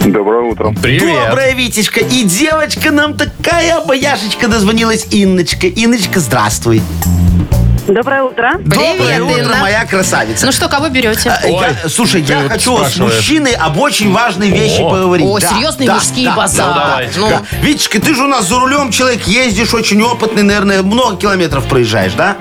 Speaker 7: Доброе утро.
Speaker 4: Привет.
Speaker 6: Добрая Витечка. И девочка нам такая бояшечка дозвонилась Инночка. Инночка, здравствуй.
Speaker 9: Доброе утро.
Speaker 5: Привет,
Speaker 6: Доброе утро,
Speaker 5: Инна.
Speaker 6: моя красавица.
Speaker 5: Ну что, кого берете?
Speaker 6: Э, я-
Speaker 4: Ой,
Speaker 6: слушай,
Speaker 4: ты
Speaker 6: я
Speaker 4: вот
Speaker 6: хочу с
Speaker 4: спрашиваешь.
Speaker 6: мужчиной об очень важной вещи
Speaker 4: О.
Speaker 6: поговорить.
Speaker 5: О,
Speaker 6: Да,
Speaker 5: серьезные
Speaker 6: да,
Speaker 5: мужские
Speaker 6: да, да,
Speaker 5: базары.
Speaker 6: да.
Speaker 4: давайте.
Speaker 5: Ну,
Speaker 6: Ка- Витечка, ты же у нас за рулем человек, ездишь очень опытный, наверное, много километров проезжаешь, да?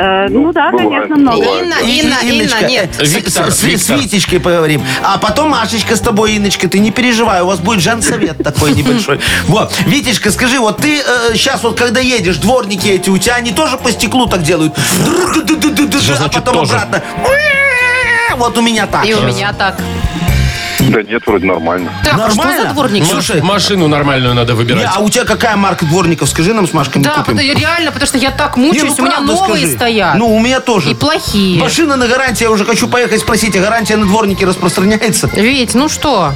Speaker 9: Э, ну да,
Speaker 7: бывает,
Speaker 9: конечно, много.
Speaker 7: бывает.
Speaker 5: Инна,
Speaker 6: И-
Speaker 5: Инна,
Speaker 6: Инночка,
Speaker 5: Инна, нет.
Speaker 6: э, с-
Speaker 4: Виктор,
Speaker 6: с- с- С
Speaker 4: Виктор.
Speaker 6: Витечкой поговорим. А потом, Машечка, с тобой, Инночка, ты не переживай, у вас будет жан-совет такой небольшой. Вот, Витечка, скажи, вот ты сейчас вот, когда едешь, дворники эти у тебя, они тоже по стеклу так делают? А
Speaker 4: значит
Speaker 6: потом
Speaker 4: тоже?
Speaker 6: обратно. Вот у меня так.
Speaker 5: И у меня так.
Speaker 7: Да нет, вроде нормально.
Speaker 5: Так, а что
Speaker 6: Нормально?
Speaker 5: за дворник?
Speaker 6: Ну,
Speaker 4: Слушай,
Speaker 6: слушай.
Speaker 4: машину нормальную надо
Speaker 6: Не,
Speaker 4: выбирать.
Speaker 6: а у тебя какая марка дворников? Скажи нам с Машкой, мы
Speaker 5: Да,
Speaker 6: купим.
Speaker 5: потому- реально, потому что я так
Speaker 6: Не, ну,
Speaker 5: мучаюсь, у меня
Speaker 6: правда
Speaker 5: новые
Speaker 6: скажи.
Speaker 5: стоят.
Speaker 6: Ну, у меня тоже.
Speaker 5: и плохие.
Speaker 6: Машина на гарантии, я уже хочу поехать спросить, а гарантия на дворники распространяется?
Speaker 5: Ведь, ну что,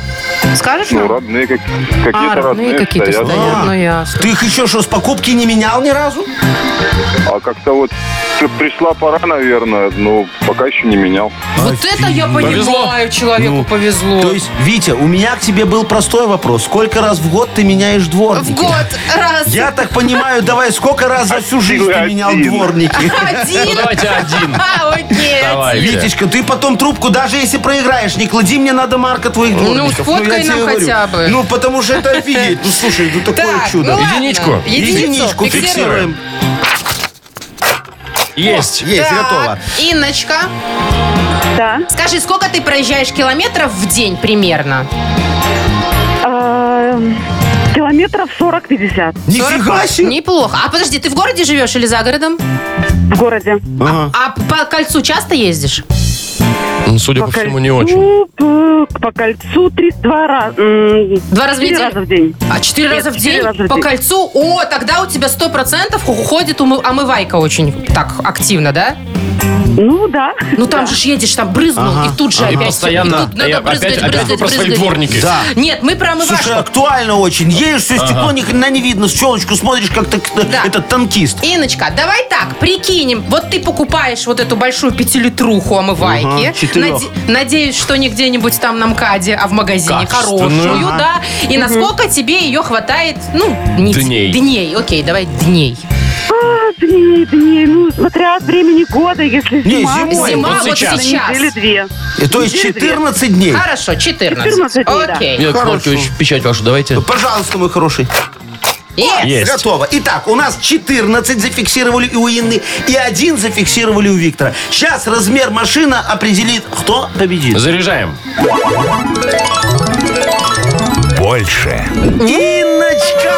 Speaker 5: скажешь
Speaker 7: Ну,
Speaker 5: нам?
Speaker 7: родные как- какие-то
Speaker 5: а, родные
Speaker 7: родные
Speaker 5: какие-то
Speaker 7: стоят.
Speaker 5: стоят, ну ясно.
Speaker 6: Ты их еще что, с покупки не менял ни разу?
Speaker 7: А как-то вот п- пришла пора, наверное, но пока еще не менял.
Speaker 5: Вот это я понимаю, человеку повезло.
Speaker 6: Ну, То есть, Витя, у меня к тебе был простой вопрос. Сколько раз в год ты меняешь
Speaker 5: В
Speaker 6: дворники?
Speaker 5: год раз.
Speaker 6: Я так понимаю, давай, сколько раз за всю жизнь ты
Speaker 7: Один.
Speaker 6: менял дворники?
Speaker 5: Один.
Speaker 4: Ну, давайте один.
Speaker 5: А, Окей.
Speaker 4: Давай.
Speaker 6: Витечка, ты потом трубку, даже если проиграешь, не клади мне надо марка твоих дворников. Ну, я
Speaker 5: Ну, сфоткай
Speaker 6: тебе
Speaker 5: нам
Speaker 6: говорю.
Speaker 5: хотя бы.
Speaker 6: Ну, потому что это офигеть. Ну, слушай, ну такое
Speaker 5: Так,
Speaker 6: чудо.
Speaker 5: ну ладно.
Speaker 4: Единичку.
Speaker 5: Единицу.
Speaker 6: Единичку фиксируем.
Speaker 4: Есть.
Speaker 6: Есть,
Speaker 5: Так,
Speaker 6: готово.
Speaker 5: Инночка,
Speaker 9: Да.
Speaker 5: скажи, сколько ты проезжаешь километров в день примерно?
Speaker 9: Э, километров 40-50
Speaker 6: Нифига себе.
Speaker 5: Неплохо. А подожди, ты в городе живешь или за городом?
Speaker 9: в городе.
Speaker 6: Ага.
Speaker 5: А по кольцу часто ездишь?
Speaker 4: Ну, Судя по всему, не очень.
Speaker 9: Ну, п- по кольцу три, два раза.
Speaker 5: Два раза в
Speaker 9: Три
Speaker 5: неделю?
Speaker 9: раза в день.
Speaker 5: А четыре
Speaker 9: Нет,
Speaker 5: раза в
Speaker 9: четыре
Speaker 5: день
Speaker 9: раза в
Speaker 5: по
Speaker 9: день.
Speaker 5: кольцу? О, тогда у тебя сто процентов уходит умы- омывайка очень так активно, да?
Speaker 9: Ну да.
Speaker 5: Ну там же ж едешь, там брызнул, и тут же
Speaker 4: А, И
Speaker 5: опять всё,
Speaker 4: постоянно,
Speaker 5: и тут надо
Speaker 4: и
Speaker 5: брызгать,
Speaker 4: опять, опять
Speaker 5: брызгать,
Speaker 4: про свои
Speaker 5: брызгать.
Speaker 4: дворники. а
Speaker 6: Да.
Speaker 5: Нет, мы про омывашку.
Speaker 6: Слушай, актуально очень. Едешь, все стекло ни хрена не видно. С челочку смотришь, как так,
Speaker 5: Да.
Speaker 6: этот танкист.
Speaker 5: Иночка, давай так, прикинем. Вот ты покупаешь вот эту большую пятилитруху омывайки.
Speaker 6: Ага, четырех.
Speaker 5: надеюсь, что не где-нибудь там на МКАДе, а в магазине.
Speaker 4: Качественную.
Speaker 5: Хорошую, да. И насколько тебе ее хватает, ну, не-
Speaker 4: Дней.
Speaker 5: Дней, окей, давай дней.
Speaker 9: дней, дней, А, ну, смотря от времени года, если
Speaker 6: Не,
Speaker 9: зима.
Speaker 6: зимой.
Speaker 5: Зима
Speaker 4: вот
Speaker 5: вот,
Speaker 4: сейчас.
Speaker 5: сейчас.
Speaker 9: Недели две.
Speaker 6: И То есть 14 дней.
Speaker 5: Хорошо, 14.
Speaker 9: 14 дней, да.
Speaker 5: Окей.
Speaker 4: Яков
Speaker 6: Хорошо.
Speaker 4: Маркович, печать вашу давайте.
Speaker 6: Пожалуйста, мой хороший.
Speaker 5: Е,
Speaker 4: Есть.
Speaker 6: Готово. Итак, у нас 14 зафиксировали у Инны и один зафиксировали у Виктора. Сейчас размер машина определит, кто победит.
Speaker 4: Заряжаем.
Speaker 1: Больше.
Speaker 6: Инночка!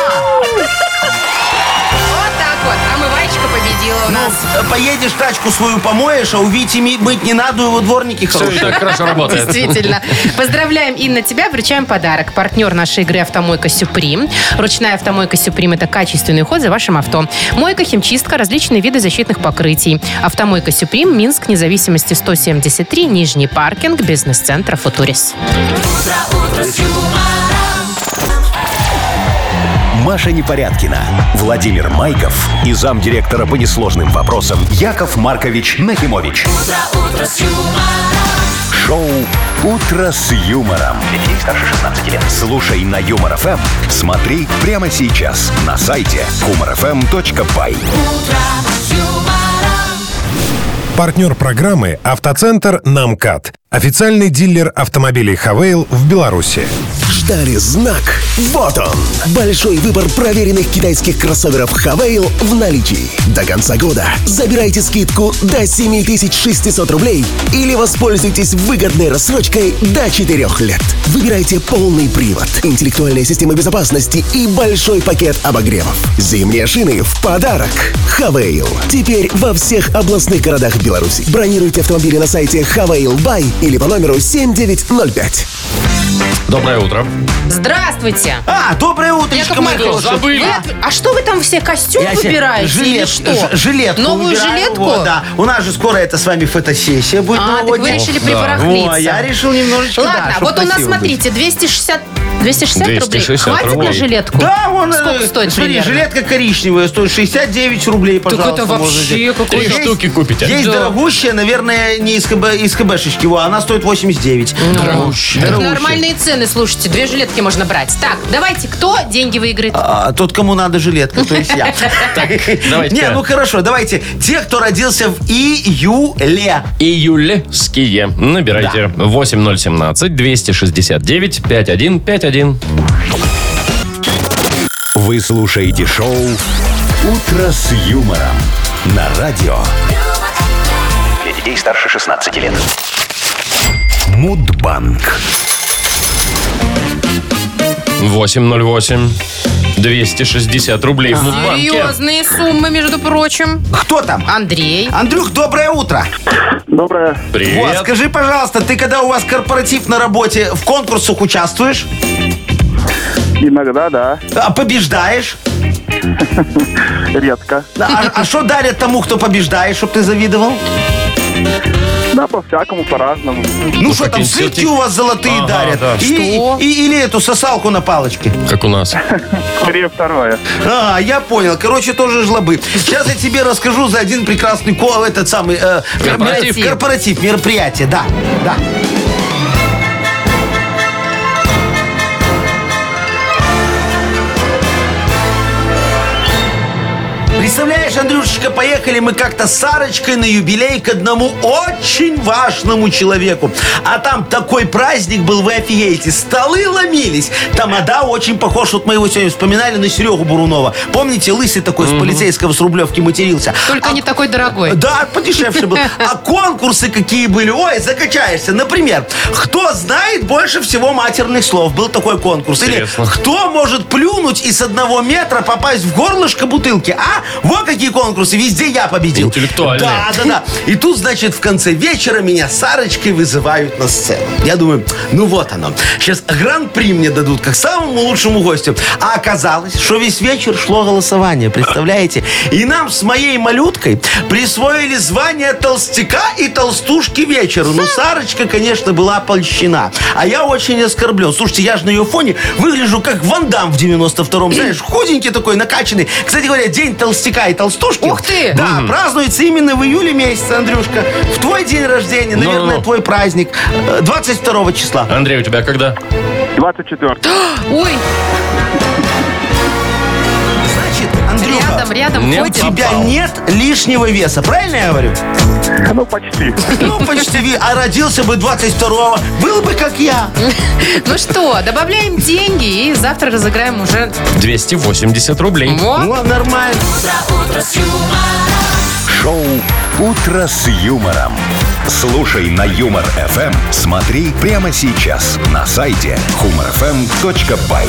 Speaker 5: Вот так вот. Омывайчика победила у
Speaker 6: Ну,
Speaker 5: нас.
Speaker 6: э, поедешь тачку свою помоешь, а у Вити ми- быть не надо, у его дворники
Speaker 4: Все и
Speaker 6: хорошие.
Speaker 4: так хорошо работает.
Speaker 5: Действительно. Поздравляем, Инна, тебя. Вручаем подарок. Партнер нашей игры «Автомойка Сюприм». Ручная «Автомойка Сюприм» — это качественный уход за вашим авто. Мойка, химчистка, различные виды защитных покрытий. «Автомойка Сюприм», Минск, независимости 173, Нижний паркинг, бизнес-центр «Футурис».
Speaker 1: Маша Непорядкина, Владимир Майков и замдиректора по несложным вопросам Яков Маркович Нахимович. Шоу Утро с юмором. Детей старше 16 лет. Слушай на юмор ФМ. Смотри прямо сейчас на сайте humorfm.by.
Speaker 2: Партнер программы «Автоцентр Намкат». Официальный дилер автомобилей «Хавейл» в Беларуси.
Speaker 3: Ждали знак. Вот он. Большой выбор проверенных китайских кроссоверов Хавейл в наличии. До конца года забирайте скидку до 7600 рублей или воспользуйтесь выгодной рассрочкой до 4 лет. Выбирайте полный привод, интеллектуальная система безопасности и большой пакет обогревов. Зимние шины в подарок. Хавейл. Теперь во всех областных городах Беларуси. Бронируйте автомобили на сайте Хавейл.бай или по номеру 7905.
Speaker 4: Доброе утро.
Speaker 5: Здравствуйте.
Speaker 6: А, доброе утречко,
Speaker 5: Яков
Speaker 6: мой
Speaker 5: Маркович,
Speaker 6: хороший.
Speaker 4: забыли.
Speaker 5: вы от- а что вы там все костюм
Speaker 6: Я себе
Speaker 5: выбираете или
Speaker 6: жилет-
Speaker 5: что?
Speaker 6: ж- жилетку
Speaker 5: Новую
Speaker 6: выбираю.
Speaker 5: жилетку?
Speaker 6: Вот, да. У нас же скоро это с вами фотосессия будет
Speaker 5: А, так вы
Speaker 6: новогодняя.
Speaker 5: решили
Speaker 4: Да.
Speaker 5: припорахлиться.
Speaker 6: О, я решил немножечко, да,
Speaker 5: Ладно,
Speaker 6: чтоб
Speaker 5: вот у нас,
Speaker 6: красиво быть.
Speaker 5: смотрите, 260, 260,
Speaker 4: 260
Speaker 5: рублей. Хватит
Speaker 4: рублей.
Speaker 5: на жилетку?
Speaker 6: Да, вон
Speaker 5: Сколько
Speaker 6: э,
Speaker 5: стоит
Speaker 6: смотри,
Speaker 5: примерно?
Speaker 6: жилетка коричневая стоит 69 рублей, пожалуйста.
Speaker 5: это вообще
Speaker 6: можете.
Speaker 5: какой-то-
Speaker 4: Три
Speaker 6: Есть-
Speaker 4: штуки купите.
Speaker 6: Есть
Speaker 4: Да.
Speaker 6: дорогущая, наверное, не из, КБ, из КБшечки, во, она стоит 89.
Speaker 5: Ну. Так
Speaker 6: Дорогущая.
Speaker 5: нормальные цены, слушайте, две жилетки можно брать. Так, давайте, кто деньги выиграет?
Speaker 6: А, тот, кому надо жилетка, то есть я.
Speaker 4: давайте-ка.
Speaker 6: Не, ну хорошо, давайте. Те, кто родился в июле.
Speaker 4: Июльские. Набирайте 8017-269-5151.
Speaker 1: Вы слушаете шоу Утро с юмором на радио. Для детей старше 16 лет. Мудбанк.
Speaker 4: 808 260 рублей в Мудбанке.
Speaker 5: Серьезные суммы, между прочим.
Speaker 6: Кто там?
Speaker 5: Андрей.
Speaker 6: Андрюх, доброе утро.
Speaker 7: Доброе.
Speaker 6: Вот,
Speaker 4: Привет.
Speaker 6: скажи, пожалуйста, ты когда у вас корпоратив на работе, в конкурсах участвуешь?
Speaker 7: Иногда, да.
Speaker 6: А, Побеждаешь?
Speaker 7: Редко.
Speaker 6: А что дарят тому, кто побеждает, чтоб ты завидовал?
Speaker 7: Да, по-всякому, по-разному.
Speaker 6: Ну что там,
Speaker 4: какие
Speaker 6: слитки
Speaker 4: сырки?
Speaker 6: у вас золотые
Speaker 4: Ага,
Speaker 6: дарят?
Speaker 4: да.
Speaker 6: И-
Speaker 5: Что?
Speaker 6: и- Или эту сосалку на палочке?
Speaker 4: Как у нас.
Speaker 7: Скорее второе.
Speaker 6: А, я понял. Короче, тоже жлобы. Сейчас я тебе расскажу за один прекрасный ко этот самый э,
Speaker 4: Корпоратив.
Speaker 6: мероприятие- корпоратив, мероприятие, да, да. Представляешь, Андрюшечка, поехали мы как-то с Сарочкой на юбилей к одному очень важному человеку. А там такой праздник был, вы офигеете. Столы ломились. Тамада очень похож, вот мы его сегодня вспоминали, на Серегу Бурунова. Помните, лысый такой с полицейского с Рублевки матерился?
Speaker 5: Только
Speaker 6: А
Speaker 5: не такой дорогой.
Speaker 6: да, подешевше был. А конкурсы какие были? Ой, закачаешься. Например, кто знает больше всего матерных слов? Был такой конкурс. Или
Speaker 4: Интересно.
Speaker 6: кто может плюнуть и с одного метра попасть в горлышко бутылки? А? Вот какие конкурсы. Везде я победил.
Speaker 4: Интеллектуальные.
Speaker 6: Да, да, да. И тут, значит, в конце вечера меня с Сарочкой вызывают на сцену. Я думаю, ну вот оно. Сейчас гран-при мне дадут как самому лучшему гостю. А оказалось, что весь вечер шло голосование, представляете? И нам с моей малюткой присвоили звание толстяка и толстушки вечера. Ну, Сарочка, конечно, была польщена. А я очень оскорблен. Слушайте, я же на ее фоне выгляжу как Ван Дам в 92-м. Знаешь, худенький такой, накачанный. Кстати говоря, день толстяка и толстушки.
Speaker 5: Ух ты!
Speaker 6: Да, а празднуется именно в июле месяце, Андрюшка. В твой день рождения,
Speaker 4: Ну-ну-ну.
Speaker 6: наверное, твой праздник. э, 22 числа.
Speaker 4: Андрей, у тебя когда?
Speaker 7: 24.
Speaker 5: Ой,
Speaker 6: Значит, Андрюха,
Speaker 5: Рядом, рядом
Speaker 4: Не
Speaker 6: у
Speaker 5: ходим.
Speaker 6: тебя
Speaker 4: попал.
Speaker 6: нет лишнего веса, правильно я говорю?
Speaker 10: Ну, почти.
Speaker 6: Ну, почти, ви- а родился бы 22-го, был бы как я.
Speaker 5: Ну что, добавляем деньги и завтра разыграем уже.
Speaker 4: 280 рублей.
Speaker 5: Во.
Speaker 6: Ну, нормально.
Speaker 1: Шоу «Утро с юмором». Слушай на Юмор ФМ. Смотри прямо сейчас на сайте humorfm.by.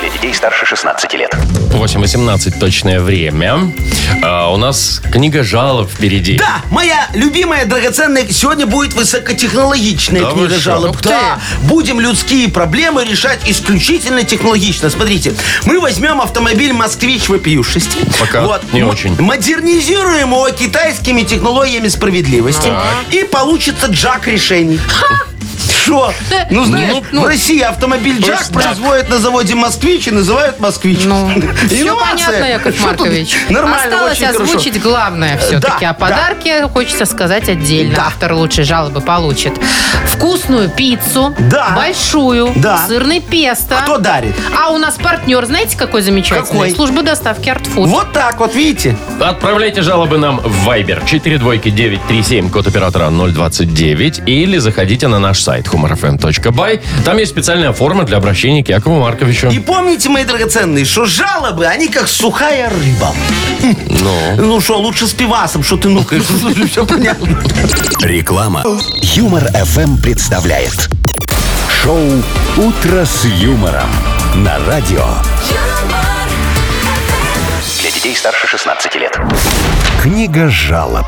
Speaker 1: Для детей старше 16 лет.
Speaker 4: 8.18 точное время. А, у нас книга жалоб впереди.
Speaker 6: Да, моя любимая драгоценная сегодня будет высокотехнологичная
Speaker 4: Да вы
Speaker 6: книга
Speaker 4: что?
Speaker 6: жалоб.
Speaker 4: Ух ты.
Speaker 6: Да, будем людские проблемы решать исключительно технологично. Смотрите, мы возьмем автомобиль «Москвич» вопиюшести.
Speaker 4: Пока не очень.
Speaker 6: Модернизируем его китайскими технологиями справедливости. И получится джак решений. Что? Ну, знаешь,
Speaker 5: Ну,
Speaker 6: в России автомобиль «Джак»
Speaker 4: просто так.
Speaker 6: производят на заводе «Москвич» и называют «Москвич».
Speaker 5: Ну, все
Speaker 6: Инновация.
Speaker 5: понятно, Яков
Speaker 6: Что тут?
Speaker 5: Маркович.
Speaker 6: Нормально,
Speaker 5: Осталось
Speaker 6: очень хорошо.
Speaker 5: озвучить главное все-таки.
Speaker 6: Да,
Speaker 5: а подарки хочется сказать отдельно.
Speaker 6: Да.
Speaker 5: Автор лучшей жалобы получит. Вкусную пиццу.
Speaker 6: Да.
Speaker 5: Большую.
Speaker 6: Да.
Speaker 5: Сырный песто.
Speaker 6: Кто дарит?
Speaker 5: А у нас партнер, знаете, какой замечательный?
Speaker 6: Какой?
Speaker 5: Служба доставки Артфуд.
Speaker 6: Вот так вот, видите?
Speaker 4: Отправляйте жалобы нам в Viber 42937, код оператора 029, или заходите на наш сайт humorfm.by. Там есть специальная форма для обращения к Якову Марковичу.
Speaker 6: И помните, мои драгоценные, что жалобы, они как сухая рыба. Ну что, лучше с пивасом, что ты нукаешь. Все понятно.
Speaker 1: Реклама. Юмор FM представляет шоу Утро с юмором на радио. Для детей старше 16 лет. Книга жалоб.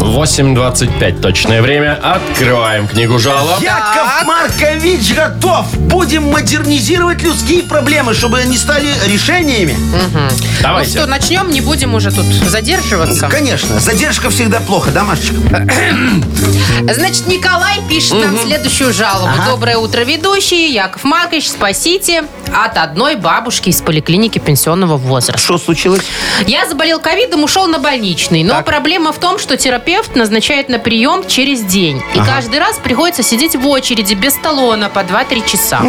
Speaker 4: 8.25 точное время. Открываем книгу жалоб.
Speaker 6: Яков Маркович готов. Будем модернизировать людские проблемы, чтобы они стали решениями.
Speaker 5: Ну
Speaker 4: Давайте.
Speaker 5: что, начнем, не будем уже тут задерживаться.
Speaker 6: Конечно, задержка всегда плохо, да, Машечка?
Speaker 5: А Значит, Николай пишет нам следующую жалобу. Доброе утро, ведущие. Яков Маркович, спасите от одной бабушки из поликлиники пенсионного возраста.
Speaker 6: Что случилось?
Speaker 5: Я заболел ковидом, ушел на больничный. Но проблема в том, что терапевт назначает на прием через день. И каждый раз приходится сидеть в очереди без талона по 2-3 часа.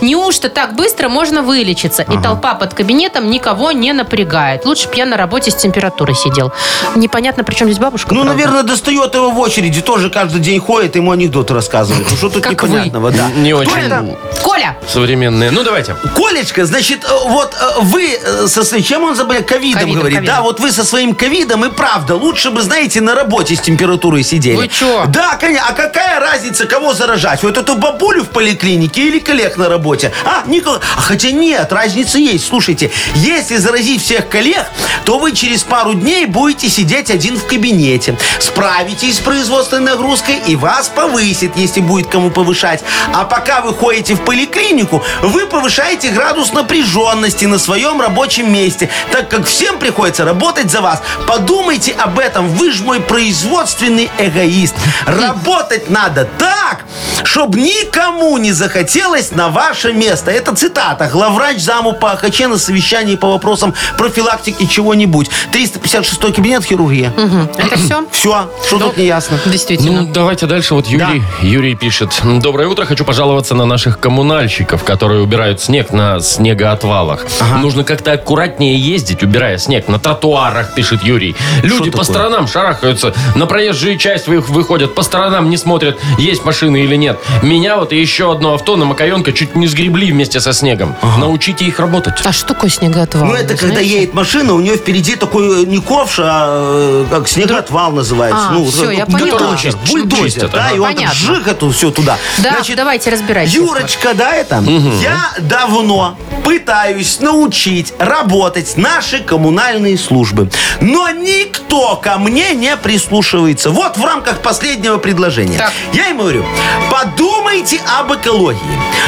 Speaker 5: Неужто так быстро можно вылечиться? И толпа под кабинетом никого не напрягает. Лучше б я на работе с температурой сидел. Непонятно, при чем здесь бабушка.
Speaker 6: Ну,
Speaker 5: правда.
Speaker 6: наверное, достает его в очереди. Тоже каждый день ходит, ему анекдоты рассказывают. Ну, что тут
Speaker 5: Как вы.
Speaker 6: непонятного, да.
Speaker 4: Не
Speaker 6: Кто
Speaker 4: очень
Speaker 6: это?
Speaker 5: Коля!
Speaker 4: современные. Ну, давайте.
Speaker 6: Колечка, значит, э, вот э, вы э, со своим... Чем он заболел? Ковидом,
Speaker 5: Ковидом,
Speaker 6: говорит.
Speaker 5: ковидом.
Speaker 6: Да, вот вы со своим ковидом и правда. Лучше бы, знаете, на работе с температурой сидели.
Speaker 5: Вы чё?
Speaker 6: Да, конечно. А какая разница, кого заражать? Вот эту бабулю в поликлинике или коллег на работе? А, Никол... а хотя нет, разница есть. Слушайте, если заразить всех коллег, то вы через пару дней будете сидеть один в кабинете. Справитесь с производственной нагрузкой и вас повысит, если будет кому повышать. А пока вы ходите в поликлинику, вы повышаете градус напряженности на своем рабочем месте, так как всем приходится работать за вас. Подумайте об этом, вы же мой производственный эгоист. Работать надо так, чтобы никому не захотелось на ваше место. Это цитата. Главврач заму по АХЧ на совещании по вопросам профилактики чего-нибудь. 356 кабинет хирургия.
Speaker 5: Это все?
Speaker 6: Все, что тут не ясно.
Speaker 5: Действительно.
Speaker 4: Ну, давайте дальше. Вот Юрий, Юрий пишет. Доброе утро. Хочу пожаловаться на наших коммунальщиков, которые убирают снег на снегоотвалах. Нужно как-то аккуратнее ездить, убирая снег. На тротуарах, пишет Юрий. Люди по сторонам шарахаются. На проезжую часть вы- выходят. По сторонам не смотрят, есть машины или нет. Меня вот и еще одно авто на Макаенко чуть не сгребли вместе со снегом. Научите их работать.
Speaker 5: А что такое снегоотвал?
Speaker 6: Ну, это
Speaker 5: вы
Speaker 6: когда
Speaker 5: знаете?
Speaker 6: едет машина, у нее впереди такой э, не ковш, а э, как снегоотвал называется.
Speaker 5: А,
Speaker 6: ну,
Speaker 5: всё,
Speaker 6: э,
Speaker 5: я
Speaker 6: бульдозер,
Speaker 5: поняла.
Speaker 6: Бульдозер,
Speaker 4: Чистят,
Speaker 6: да,
Speaker 4: ага.
Speaker 6: и он
Speaker 5: Понятно.
Speaker 6: так жик эту все туда.
Speaker 5: Да,
Speaker 6: Значит,
Speaker 5: давайте разбирайтесь.
Speaker 6: Юрочка, да, это? Я давно пытаюсь научить работать наши коммунальные службы. Но никто ко мне не прислушивается. Вот в рамках последнего предложения.
Speaker 5: Так.
Speaker 6: Я ему говорю, подумайте об экологии.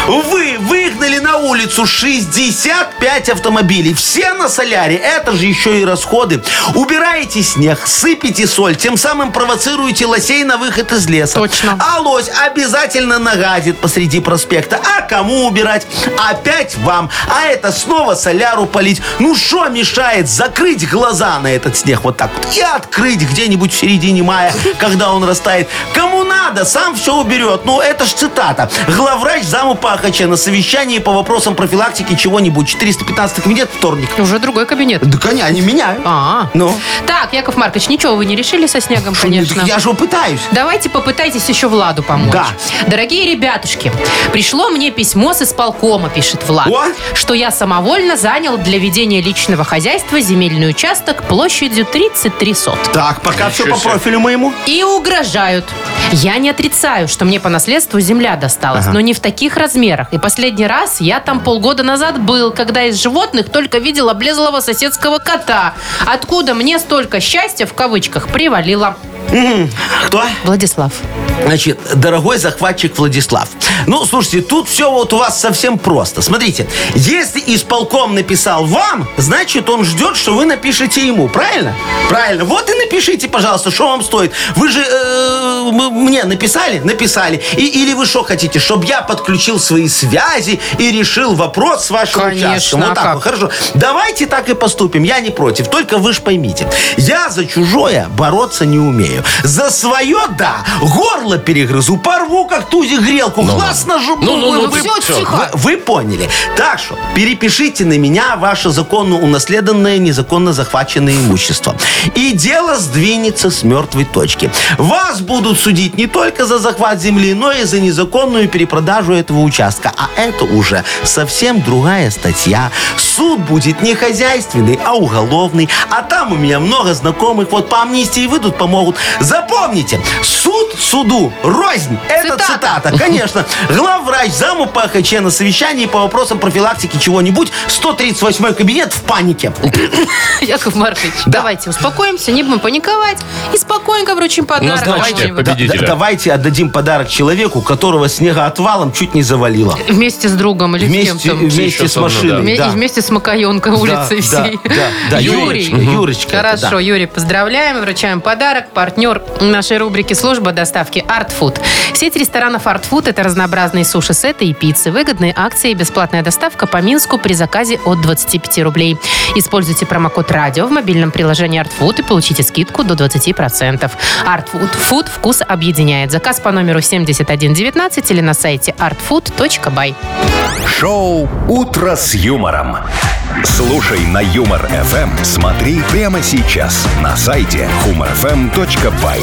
Speaker 6: Вы выгнали на улицу 65 автомобилей. Все на соляре. Это же еще и расходы. Убираете снег, сыпите соль, тем самым провоцируете лосей на выход из леса.
Speaker 5: Точно.
Speaker 6: А лось обязательно нагадит посреди проспекта. А кому убирать? Опять вам. А это снова соляру полить. Ну что мешает закрыть глаза на этот снег вот так вот и открыть где-нибудь в середине мая, когда он растает? Коммунальщики надо, сам все уберет. Ну, это ж цитата. Главврач заму Пахача на совещании по вопросам профилактики чего-нибудь. 415 кабинет, вторник.
Speaker 5: Уже другой кабинет.
Speaker 6: Да, коня, они меняют.
Speaker 5: А.
Speaker 6: Ну?
Speaker 5: Так, Яков Маркович, ничего вы не решили со снегом,
Speaker 6: Что не-
Speaker 5: конечно.
Speaker 6: Я же пытаюсь.
Speaker 5: Давайте попытайтесь еще Владу помочь.
Speaker 6: Да.
Speaker 5: Дорогие ребятушки, пришло мне письмо с исполкома, пишет Влад,
Speaker 6: О!
Speaker 5: что я самовольно занял для ведения личного хозяйства земельный участок площадью 33 сотки.
Speaker 6: Так, пока все по профилю моему.
Speaker 5: И угрожают. Я не отрицаю, что мне по наследству земля досталась, но не в таких размерах. И последний раз я там полгода назад был, когда из животных только видел облезлого соседского кота. Откуда мне столько счастья, в кавычках, привалило.
Speaker 6: Кто?
Speaker 5: Владислав.
Speaker 6: Значит, дорогой захватчик Владислав. Ну, слушайте, тут все вот у вас совсем просто. Смотрите, если исполком написал вам, значит, он ждет, что вы напишете ему, правильно? Правильно. Вот и напишите, пожалуйста, что вам стоит. Вы же э, м- мне написали? Написали. И, или вы что хотите, чтобы я подключил свои связи и решил вопрос с вашим
Speaker 5: Конечно,
Speaker 6: участком?
Speaker 5: а
Speaker 6: Вот так
Speaker 5: как?
Speaker 6: вот. Хорошо. Давайте так и поступим. Я не против. Только вы ж поймите. Я за чужое бороться не умею. За свое, да. Горло перегрызу, порву, как тузи грелку. Глаз нажму.
Speaker 4: Ну-ну-ну,
Speaker 6: Вы-
Speaker 4: ты-
Speaker 6: вы-
Speaker 4: ну, всё.
Speaker 6: вы, вы поняли. Так что перепишите на меня ваше законно унаследованное, незаконно захваченное имущество. И дело сдвинется с мертвой точки. Вас будут судить не только за захват земли, но и за незаконную перепродажу этого участка. А это уже совсем другая статья. Суд будет не хозяйственный, а уголовный. А там у меня много знакомых. Вот по амнистии выйдут, помогут. Запомните, суд суду, рознь. Это
Speaker 5: Цитата.
Speaker 6: цитата. Да, конечно. Главврач заму ПХЧ на совещании по вопросам профилактики чего-нибудь. 138 кабинет в панике.
Speaker 5: Яков Маркович, давайте успокоимся, не будем паниковать и спокойненько вручим подарок.
Speaker 4: Назначьте
Speaker 5: Давайте
Speaker 6: Да- да-
Speaker 4: победителя.
Speaker 6: давайте отдадим подарок человеку, которого снегоотвалом чуть не завалило.
Speaker 5: Вместе с другом или с
Speaker 6: Вместе,
Speaker 5: кем-то.
Speaker 6: вместе
Speaker 4: Еще
Speaker 6: с
Speaker 4: со мной, да.
Speaker 5: Вме-
Speaker 6: машиной.
Speaker 5: И вместе с Макаенкой улицы
Speaker 6: да,
Speaker 5: всей.
Speaker 6: да, да,
Speaker 5: Юрий.
Speaker 6: Юрочка, Юрочка это,
Speaker 5: Хорошо,
Speaker 6: да.
Speaker 5: Юрий, поздравляем, вручаем подарок. Партнер нашей рубрики «Служба доставки Art Food». Сеть ресторанов Art Food – это разнообразные суши-сеты и пиццы, выгодные акции и бесплатная доставка по Минску при заказе от 25 рублей. Используйте промокод «Радио» в мобильном приложении Art Food и получите скидку до 20%. Art Food, Food вкус объединяет. Заказ по номеру 7119 или на сайте artfood.by.
Speaker 1: Шоу «Утро с юмором». Слушай на Юмор ФМ. Смотри прямо сейчас на сайте humorfm.by.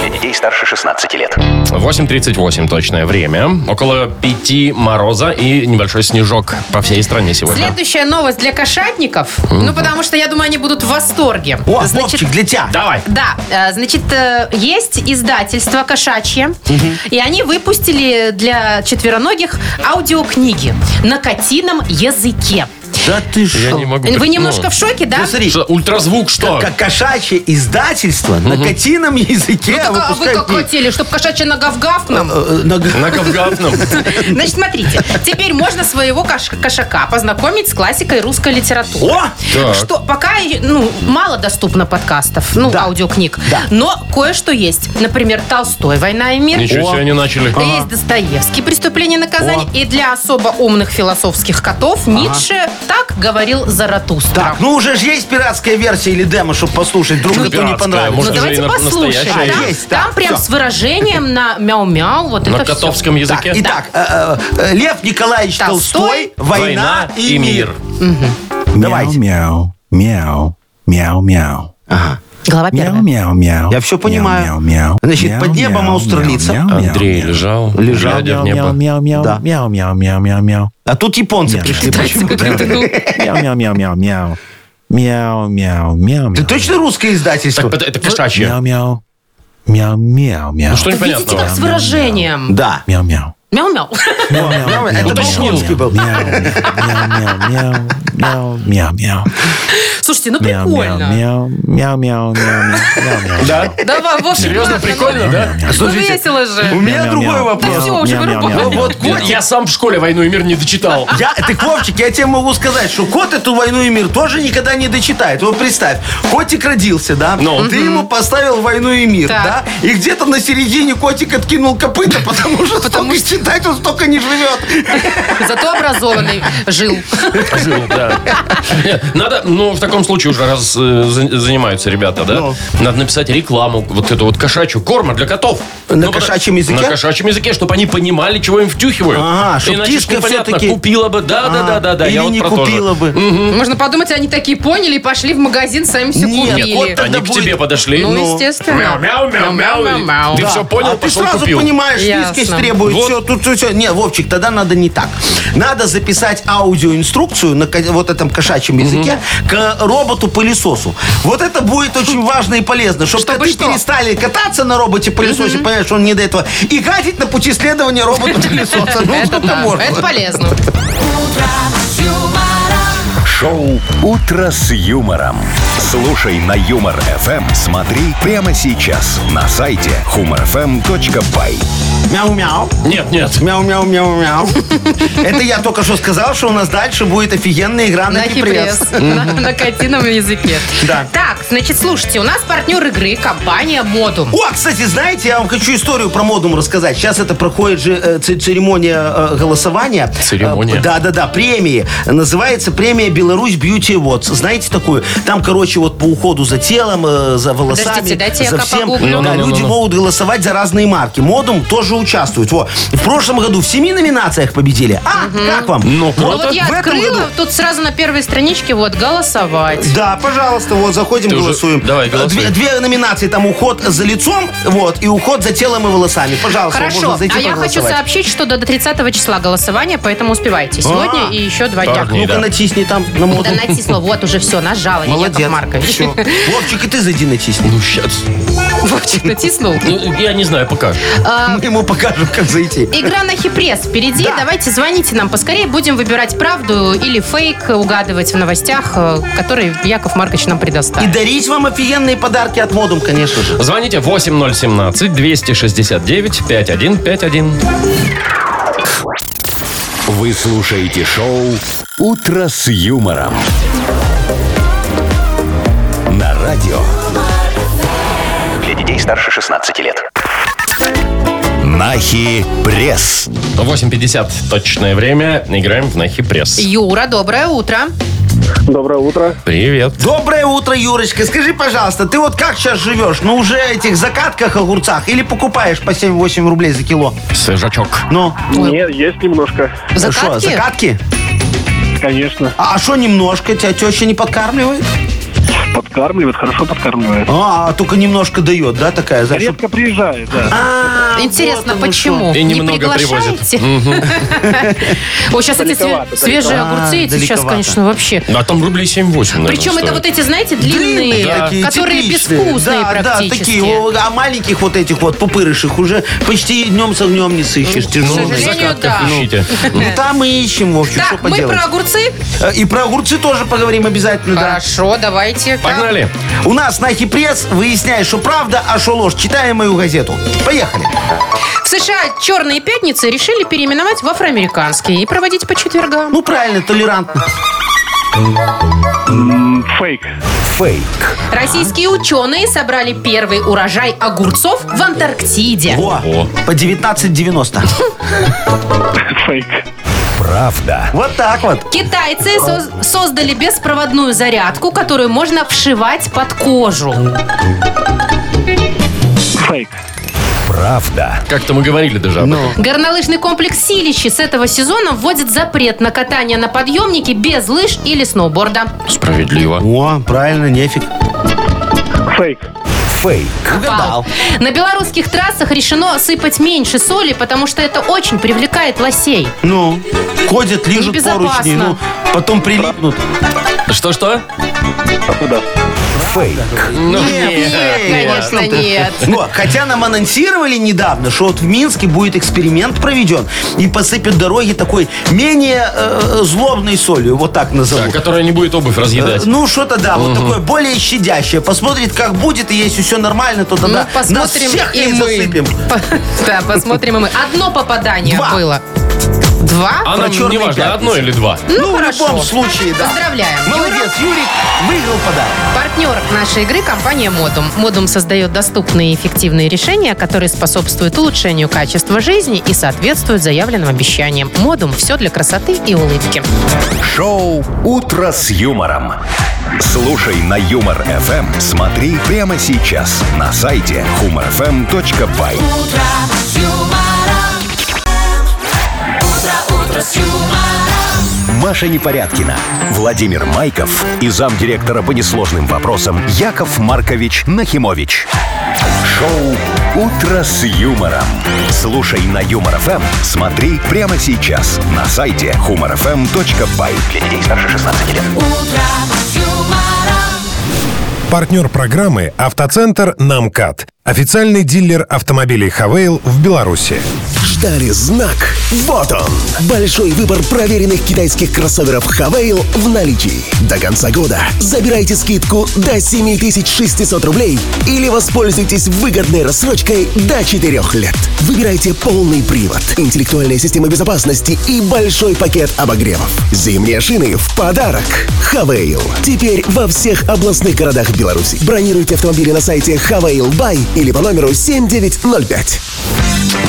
Speaker 1: Для детей старше 16 лет.
Speaker 4: 8.38 точное время. Около 5 мороза и небольшой снежок по всей стране сегодня.
Speaker 5: Следующая новость для кошатников. Ну, потому что, я думаю, они будут в восторге.
Speaker 6: О,
Speaker 5: Значит,
Speaker 6: Вовчик, для тебя.
Speaker 4: Давай.
Speaker 5: Да, э, значит, э, есть издательство кошачье, и они выпустили для четвероногих аудиокниги на котином языке.
Speaker 6: Да ты ж.
Speaker 4: Я не могу.
Speaker 5: Вы
Speaker 4: пред-
Speaker 5: немножко
Speaker 4: ну,
Speaker 5: в шоке, да?
Speaker 6: Ну, смотри,
Speaker 4: Что, ультразвук что?
Speaker 6: как кошачье издательство на котином языке
Speaker 5: Так, а вы
Speaker 6: выпускает
Speaker 5: как
Speaker 6: книги.
Speaker 5: хотели, чтобы кошачья нога в гав к нам?
Speaker 6: Э, нога.
Speaker 4: На Кавгавном.
Speaker 5: Значит, смотрите, теперь можно своего кош- кошака познакомить с классикой русской литературы.
Speaker 6: О!
Speaker 4: Так.
Speaker 5: Что пока ну, мало доступно подкастов, ну, аудиокниг.
Speaker 6: Да.
Speaker 5: Но кое-что есть. Например, Толстой «Война и мир».
Speaker 4: Ничего себе они начали.
Speaker 5: Да Есть Достоевский «Преступление и наказание». И для особо умных философских котов Ницше так говорил Заратустра.
Speaker 6: Так, ну уже же есть пиратская версия или демо, чтобы послушать. Вдруг
Speaker 4: Ну,
Speaker 6: никому не
Speaker 4: пиратская,
Speaker 6: понравилось.
Speaker 5: Ну,
Speaker 4: может, даже
Speaker 5: давайте
Speaker 4: и на-
Speaker 5: послушаем.
Speaker 4: настоящая
Speaker 5: Там,
Speaker 6: есть, да,
Speaker 5: там прям
Speaker 6: всё.
Speaker 5: с выражением на мяу-мяу. Вот
Speaker 4: На
Speaker 5: это всё.
Speaker 4: котовском
Speaker 6: Так,
Speaker 4: языке.
Speaker 6: итак, э, э, э, Лев Николаевич Толстой,
Speaker 5: Толстой,
Speaker 6: «Война и мир». Давайте.
Speaker 11: Мяу, мяу, мяу, мяу.
Speaker 5: Глава первая.
Speaker 11: Мяу, мяу, мяу.
Speaker 6: Я всё понимаю.
Speaker 11: Мяу, мяу, мяу.
Speaker 6: Значит,
Speaker 11: Мяу,
Speaker 6: под небом
Speaker 11: мяу,
Speaker 6: австралийца.
Speaker 11: мяу, мяу,
Speaker 4: Андрей
Speaker 11: мяу.
Speaker 4: лежал,
Speaker 6: Лежал,
Speaker 4: глядя в
Speaker 11: Мяу,
Speaker 4: небо.
Speaker 11: мяу, мяу,
Speaker 6: Да.
Speaker 11: мяу, мяу, мяу, мяу, мяу.
Speaker 6: А тут японцы
Speaker 11: Мяу.
Speaker 6: пришли. почему-то.
Speaker 11: Мяу, мяу, мяу, мяу, мяу. Мяу, мяу, мяу,
Speaker 6: Ты
Speaker 11: мяу.
Speaker 6: точно русское издательство?
Speaker 4: Это, это кошачье.
Speaker 11: Мяу, мяу. Мяу, мяу, мяу.
Speaker 4: Ну что
Speaker 5: Видите, как
Speaker 4: непонятного?
Speaker 5: с выражением.
Speaker 6: Да.
Speaker 11: Мяу, мяу.
Speaker 5: Мяу-мяу.
Speaker 11: Мяу, мяу, мяу,
Speaker 6: Это
Speaker 11: мяу,
Speaker 6: Толстовский был.
Speaker 11: Мяу, мяу, мяу, мяу, мяу, мяу.
Speaker 5: Слушайте, ну
Speaker 11: Мяу,
Speaker 5: прикольно.
Speaker 11: мяу, мяу, мяу, мяу, мяу, мяу, мяу.
Speaker 4: Да?
Speaker 5: Давай, Вовчик,
Speaker 4: Серьезно,
Speaker 5: ладно,
Speaker 4: прикольно, да?
Speaker 5: Ну, ну весело
Speaker 6: У
Speaker 5: же.
Speaker 6: меня
Speaker 11: Мяу,
Speaker 6: другой
Speaker 11: мяу.
Speaker 5: Да
Speaker 6: вопрос.
Speaker 5: все, уже
Speaker 11: мяу, мяу,
Speaker 5: вырубали.
Speaker 11: мяу.
Speaker 6: Вот кот.
Speaker 4: Ну, Я сам в школе «Войну и мир» не дочитал.
Speaker 6: Я, ты, Вовчик, я тебе могу сказать, что кот эту «Войну и мир» тоже никогда не дочитает. Вот представь, котик родился, да?
Speaker 4: Ну.
Speaker 6: Ты ему поставил «Войну и мир»,
Speaker 5: Так.
Speaker 6: да? И где-то на середине котик откинул копыта, потому что
Speaker 5: Потому
Speaker 6: столько
Speaker 5: что
Speaker 6: Китай тут столько не живет.
Speaker 5: Зато образованный жил.
Speaker 8: Жил, да. Нет, Надо, ну, в таком случае уже раз э, за- занимаются ребята, да?
Speaker 6: Ну.
Speaker 8: Надо написать рекламу, вот эту вот кошачью, корма для котов. Ну,
Speaker 6: На
Speaker 8: потому-
Speaker 6: кошачьем языке?
Speaker 8: На кошачьем языке, чтобы они понимали, чего им втюхивают.
Speaker 6: Ага, чтоб
Speaker 8: Иначе ж
Speaker 6: кишка
Speaker 8: непонятно,
Speaker 6: всё-таки- А,
Speaker 8: купила бы, да, да, да, да, да.
Speaker 6: Или
Speaker 8: я вот
Speaker 6: не
Speaker 8: про то же.
Speaker 6: купила бы.
Speaker 5: Можно подумать, они такие поняли и пошли в магазин, сами все
Speaker 6: Нет,
Speaker 5: купили.
Speaker 6: вот
Speaker 8: Они
Speaker 6: Тогда
Speaker 8: к
Speaker 6: будет-
Speaker 8: тебе подошли.
Speaker 5: Ну, естественно.
Speaker 8: Мяу, мяу, мяу, мяу.
Speaker 5: мяу.
Speaker 8: Ты все понял,
Speaker 6: а ты
Speaker 8: пошел
Speaker 6: сразу
Speaker 8: купил.
Speaker 6: понимаешь,
Speaker 5: Ясно.
Speaker 6: близкость требует.
Speaker 8: Вот.
Speaker 6: Все, тут все, Не, Вовчик, тогда надо не так. Надо записать аудиоинструкцию на ко- вот этом кошачьем языке к роботу-пылесосу. Вот это будет очень важно и полезно, чтобы,
Speaker 5: Чтобы
Speaker 6: ты
Speaker 5: что?
Speaker 6: перестали кататься на роботе-пылесосе, понимаешь, он не до этого, и гадить на пути следования робота-пылесоса. Ну,
Speaker 5: Это,
Speaker 6: сколько
Speaker 5: да,
Speaker 6: можно.
Speaker 5: это полезно.
Speaker 1: Шоу «Утро с юмором». Слушай на Юмор ФМ. Смотри прямо сейчас на сайте humorfm.by.
Speaker 6: Мяу-мяу.
Speaker 8: Нет, нет.
Speaker 6: Мяу-мяу-мяу-мяу. Это я только что сказал, что у нас дальше будет офигенная игра на
Speaker 5: На
Speaker 6: пипресс.
Speaker 5: кипресс. На на котином языке.
Speaker 6: Да.
Speaker 5: Так, значит, слушайте, у нас партнер игры компания Модум.
Speaker 6: О, кстати, знаете, я вам хочу историю про модум рассказать. Сейчас это проходит же э, ц- церемония э, голосования. Э,
Speaker 8: Церемония?
Speaker 6: Да-да-да, премии. Называется премия «Беларусь Beauty Awards». Знаете такую? Там, короче, вот по уходу за телом, э, за волосами,
Speaker 5: Подождите, дайте я
Speaker 6: за
Speaker 5: пока
Speaker 6: всем.
Speaker 5: погуглю.
Speaker 6: Да,
Speaker 8: Ну-ну-ну-ну-ну.
Speaker 6: люди могут голосовать за разные марки. Модум тоже участвует. Во. В прошлом году в семи номинациях победили. А, как вам?
Speaker 8: Ну,
Speaker 5: Ну
Speaker 8: круто.
Speaker 5: вот я
Speaker 6: В этом
Speaker 5: открыла,
Speaker 6: году-
Speaker 5: тут сразу на первой страничке вот голосовать.
Speaker 6: Да, пожалуйста, вот заходим,
Speaker 8: Ты уже-
Speaker 6: голосуем.
Speaker 8: давай, голосуй.
Speaker 6: Две, две номинации, там уход за лицом, вот, и уход за телом и волосами. Пожалуйста,
Speaker 5: Хорошо,
Speaker 6: можно зайти
Speaker 5: а я хочу
Speaker 6: проголосовать.
Speaker 5: сообщить, что до 30 числа голосование, поэтому успевайте. Сегодня
Speaker 6: А,
Speaker 5: и еще два дня.
Speaker 8: так, не
Speaker 6: Ну-ка,
Speaker 8: Да.
Speaker 6: натисни там на моду.
Speaker 5: Да натисла, вот уже все, нажала,
Speaker 6: Молодец.
Speaker 5: Яков Маркович.
Speaker 6: Всё. Вовчик, и ты зайди натисни.
Speaker 8: Ну, сейчас.
Speaker 5: Вовчик натиснул.
Speaker 8: Ну, я не знаю, пока.
Speaker 5: А,
Speaker 6: Мы ему покажем, как зайти.
Speaker 5: Игра на хипресс впереди. Давайте звоните нам поскорее. Будем выбирать правду или фейк, угадывать в новостях, э, которые Яков Маркович нам
Speaker 6: И
Speaker 5: предоставит.
Speaker 6: дарить вам офигенные подарки от модум, конечно же.
Speaker 8: Звоните 8017-269-5151.
Speaker 1: Вы слушаете шоу «Утро с юмором». На радио.
Speaker 12: Для детей старше 16 лет.
Speaker 1: Нахи пресс.
Speaker 8: 8.50 точное время. Играем в Нахи Пресс.
Speaker 5: Юра, доброе утро.
Speaker 7: Доброе утро.
Speaker 8: Привет.
Speaker 6: Доброе утро, Юрочка. Скажи, пожалуйста, ты вот как сейчас живешь? Ну, уже этих закатках, огурцах? Или покупаешь по 7-8 рублей за кило?
Speaker 8: Свежачок.
Speaker 6: Ну,
Speaker 7: Нет, есть немножко,
Speaker 6: что,
Speaker 5: Закатки?
Speaker 6: закатки?
Speaker 7: конечно.
Speaker 6: А что немножко? Тебя теща не подкармливает?
Speaker 7: Подкармливает, хорошо подкармливает.
Speaker 6: А, только немножко дает, да, такая? знаешь, чтоб-
Speaker 7: Редко приезжает, да.
Speaker 6: А,
Speaker 5: Интересно,
Speaker 6: вот оно
Speaker 5: почему?
Speaker 6: что.
Speaker 8: И немного привозят.
Speaker 5: О, сейчас эти све-
Speaker 7: Далековато,
Speaker 5: свежие
Speaker 6: далековато.
Speaker 5: огурцы,
Speaker 6: А,
Speaker 5: эти сейчас,
Speaker 6: далековато.
Speaker 5: конечно, вообще.
Speaker 8: А там рублей 7-8, наверное,
Speaker 5: Причем это вот эти, знаете, длинные,
Speaker 6: Длинные такие,
Speaker 5: которые
Speaker 6: тепличные.
Speaker 5: безвкусные
Speaker 6: да, Да,
Speaker 5: практически.
Speaker 6: такие, о, а маленьких вот этих вот пупырышек уже почти днем с огнем не сыщешь,
Speaker 4: Ну,
Speaker 6: тяжело.
Speaker 5: сожалению, да.
Speaker 8: ищите.
Speaker 6: Ну там и ищем, Вовчик, что
Speaker 5: Так, мы
Speaker 6: поделать.
Speaker 5: про огурцы?
Speaker 6: Э, И про огурцы тоже поговорим обязательно, да.
Speaker 5: Хорошо, давайте.
Speaker 8: Погнали.
Speaker 6: У нас на Хипресс выясняй, что правда, а что ложь. Читаем мою газету. Поехали.
Speaker 5: В США черные пятницы решили переименовать в афроамериканские и проводить по четвергам.
Speaker 6: Ну правильно, толерантно.
Speaker 7: Фейк.
Speaker 1: Фейк.
Speaker 5: Российские ученые собрали первый урожай огурцов в Антарктиде.
Speaker 6: Во,
Speaker 8: Во.
Speaker 6: по 19,90.
Speaker 7: Фейк.
Speaker 1: Правда.
Speaker 6: Вот так вот.
Speaker 5: Китайцы соз- создали беспроводную зарядку, которую можно вшивать под кожу.
Speaker 7: Фейк.
Speaker 1: Правда.
Speaker 8: Как-то мы говорили даже об
Speaker 6: Ну.
Speaker 8: этом.
Speaker 5: Горнолыжный комплекс «Силищи» с этого сезона вводит запрет на катание на подъемнике без лыж или сноуборда.
Speaker 8: Справедливо.
Speaker 6: О, правильно, нефиг.
Speaker 7: Фейк.
Speaker 1: Фейк.
Speaker 6: Угадал.
Speaker 5: На белорусских трассах решено сыпать меньше соли, потому что это очень привлекает лосей.
Speaker 6: Ну, ходят, лижут
Speaker 5: Небезопасно.
Speaker 6: поручни, ну, потом прилипнут.
Speaker 8: Что-что?
Speaker 1: Фейк.
Speaker 8: Ну,
Speaker 5: Конечно, нет.
Speaker 6: Но, хотя нам анонсировали недавно, что вот в Минске будет эксперимент проведен и посыпят дороги такой менее э, злобной солью, вот так
Speaker 8: Да,
Speaker 6: назову.
Speaker 8: которая не будет обувь
Speaker 6: Э,
Speaker 8: разъедать.
Speaker 6: Ну, что-то да, вот такое более щадящее. Посмотрит, как будет, и если все нормально, то
Speaker 5: Ну,
Speaker 6: тогда нас
Speaker 5: посмотрим
Speaker 6: всех
Speaker 5: и
Speaker 6: не
Speaker 5: мы.
Speaker 6: засыпем.
Speaker 5: По- Да, посмотрим и мы. Одно попадание
Speaker 6: Два.
Speaker 5: было. Два?
Speaker 4: А
Speaker 6: Про
Speaker 4: нам не
Speaker 6: черные
Speaker 4: важно,
Speaker 6: пятницы.
Speaker 4: одно или два.
Speaker 5: Ну,
Speaker 6: в
Speaker 5: хорошо.
Speaker 6: любом случае, да.
Speaker 5: Поздравляем.
Speaker 6: Молодец, Юрик выиграл подарок.
Speaker 5: Партнер нашей игры – компания «Модум». «Модум» создает доступные и эффективные решения, которые способствуют улучшению качества жизни и соответствуют заявленным обещаниям. «Модум» – все для красоты и улыбки.
Speaker 1: Шоу «Утро с юмором». Слушай на Юмор ФМ. Смотри прямо сейчас на сайте humorfm.by. Маша Непорядкина, Владимир Майков и замдиректора по несложным вопросам Яков Маркович Нахимович. Шоу «Утро с юмором». Слушай на Юмор ФМ. Смотри прямо сейчас на сайте humorfm.by. Для детей старше 16 лет.
Speaker 2: Партнер программы «Автоцентр Намкат». Официальный дилер автомобилей «Хавейл» в Беларуси.
Speaker 3: Ждали знак. Вот он. Большой выбор проверенных китайских кроссоверов Хавейл в наличии. До конца года забирайте скидку до 7600 рублей или воспользуйтесь выгодной рассрочкой до 4 лет. Выбирайте полный привод, интеллектуальная система безопасности и большой пакет обогревов. Зимние шины в подарок. Хавейл. Теперь во всех областных городах Беларуси. Бронируйте автомобили на сайте Хавейл.бай или по номеру 7905.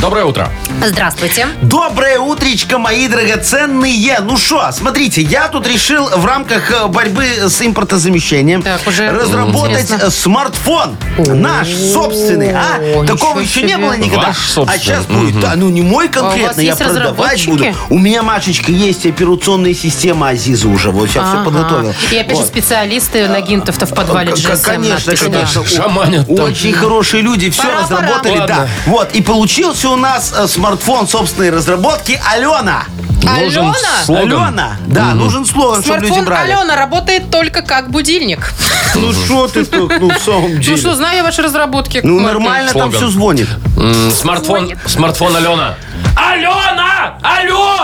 Speaker 4: Доброе утро.
Speaker 5: Здравствуйте.
Speaker 6: Доброе утречко, мои драгоценные. Ну что, смотрите, я тут решил в рамках э, борьбы с импортозамещением
Speaker 5: Так, уже
Speaker 6: разработать
Speaker 5: интересно.
Speaker 6: э, смартфон. Наш собственный, а?
Speaker 5: ничего
Speaker 6: Такого еще не
Speaker 5: себе.
Speaker 6: было никогда.
Speaker 4: Ваш собственный,
Speaker 6: А сейчас будет, да, ну не мой
Speaker 5: А у вас
Speaker 6: конкретно, я
Speaker 5: есть
Speaker 6: продавать
Speaker 5: разработчики?
Speaker 6: буду. У меня, Машечка, есть операционная система Азиза уже. Вот я все
Speaker 5: Ага.
Speaker 6: подготовил.
Speaker 5: И опять же
Speaker 6: Вот.
Speaker 5: специалисты Нагинтов-то в подвале
Speaker 6: К-
Speaker 5: GSM
Speaker 6: Конечно,
Speaker 5: надпись, да.
Speaker 6: конечно.
Speaker 4: Шаманят там.
Speaker 6: Очень хорошие люди все
Speaker 5: Пора, пора.
Speaker 6: разработали, да.
Speaker 4: Ладно.
Speaker 6: Вот, и получился у нас э, смартфон собственной разработки Алена.
Speaker 4: Нужен
Speaker 5: Алена?
Speaker 4: слоган.
Speaker 6: Алена, да, нужен слоган, чтобы люди
Speaker 5: Смартфон
Speaker 6: брали.
Speaker 5: Алена работает только как будильник.
Speaker 6: Ну что ты тут, ну в самом
Speaker 5: Ну что, знаю я ваши разработки.
Speaker 6: Ну
Speaker 5: Марк
Speaker 6: нормально там
Speaker 4: Слоган.
Speaker 6: все звонит.
Speaker 4: М, Смартфон, смартфон Алена. Алена! Алло!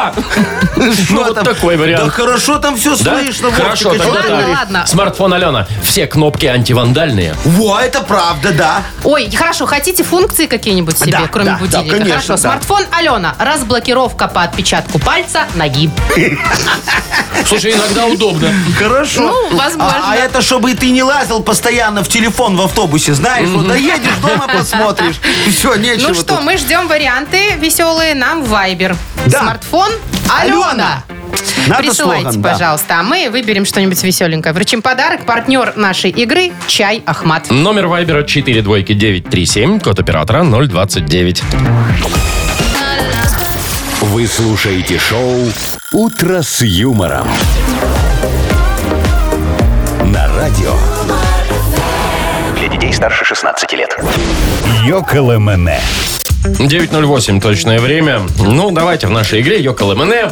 Speaker 6: Что
Speaker 4: Ну, вот
Speaker 6: там?
Speaker 4: такой вариант.
Speaker 6: Да хорошо там все
Speaker 4: Да?
Speaker 6: слышно.
Speaker 4: Хорошо,
Speaker 6: Вовчик,
Speaker 4: тогда
Speaker 6: а чё ты
Speaker 5: Ладно,
Speaker 4: так.
Speaker 6: говоришь?
Speaker 5: ладно.
Speaker 4: Смартфон Алена. Все кнопки антивандальные.
Speaker 6: Во, это правда, да.
Speaker 5: Ой, хорошо, хотите функции какие-нибудь себе,
Speaker 6: Да,
Speaker 5: кроме
Speaker 6: да, да,
Speaker 5: будильника?
Speaker 6: конечно,
Speaker 5: хорошо,
Speaker 6: да.
Speaker 5: смартфон Алена. Разблокировка по отпечатку пальца ноги.
Speaker 4: Слушай, иногда удобно.
Speaker 6: Хорошо.
Speaker 5: Ну, возможно.
Speaker 6: А, а это чтобы ты не лазил постоянно в телефон в автобусе, знаешь? Вот доедешь дома, посмотришь. Все, нечего
Speaker 5: Ну что,
Speaker 6: тут.
Speaker 5: мы ждем варианты веселые нам в Viber.
Speaker 6: Да.
Speaker 5: Смартфон Алена.
Speaker 6: Алена. Надо
Speaker 5: Присылайте,
Speaker 6: слоган, да.
Speaker 5: пожалуйста, а мы выберем что-нибудь веселенькое. Вручим подарок. Партнер нашей игры – чай Ахмат.
Speaker 4: Номер Вайбера 42937, код оператора 029.
Speaker 1: Вы слушаете шоу «Утро с юмором». На радио
Speaker 12: Для детей старше 16 лет.
Speaker 1: «Йоколэмэне».
Speaker 4: 9.08 точное время. Ну, давайте в нашей игре Йокол МН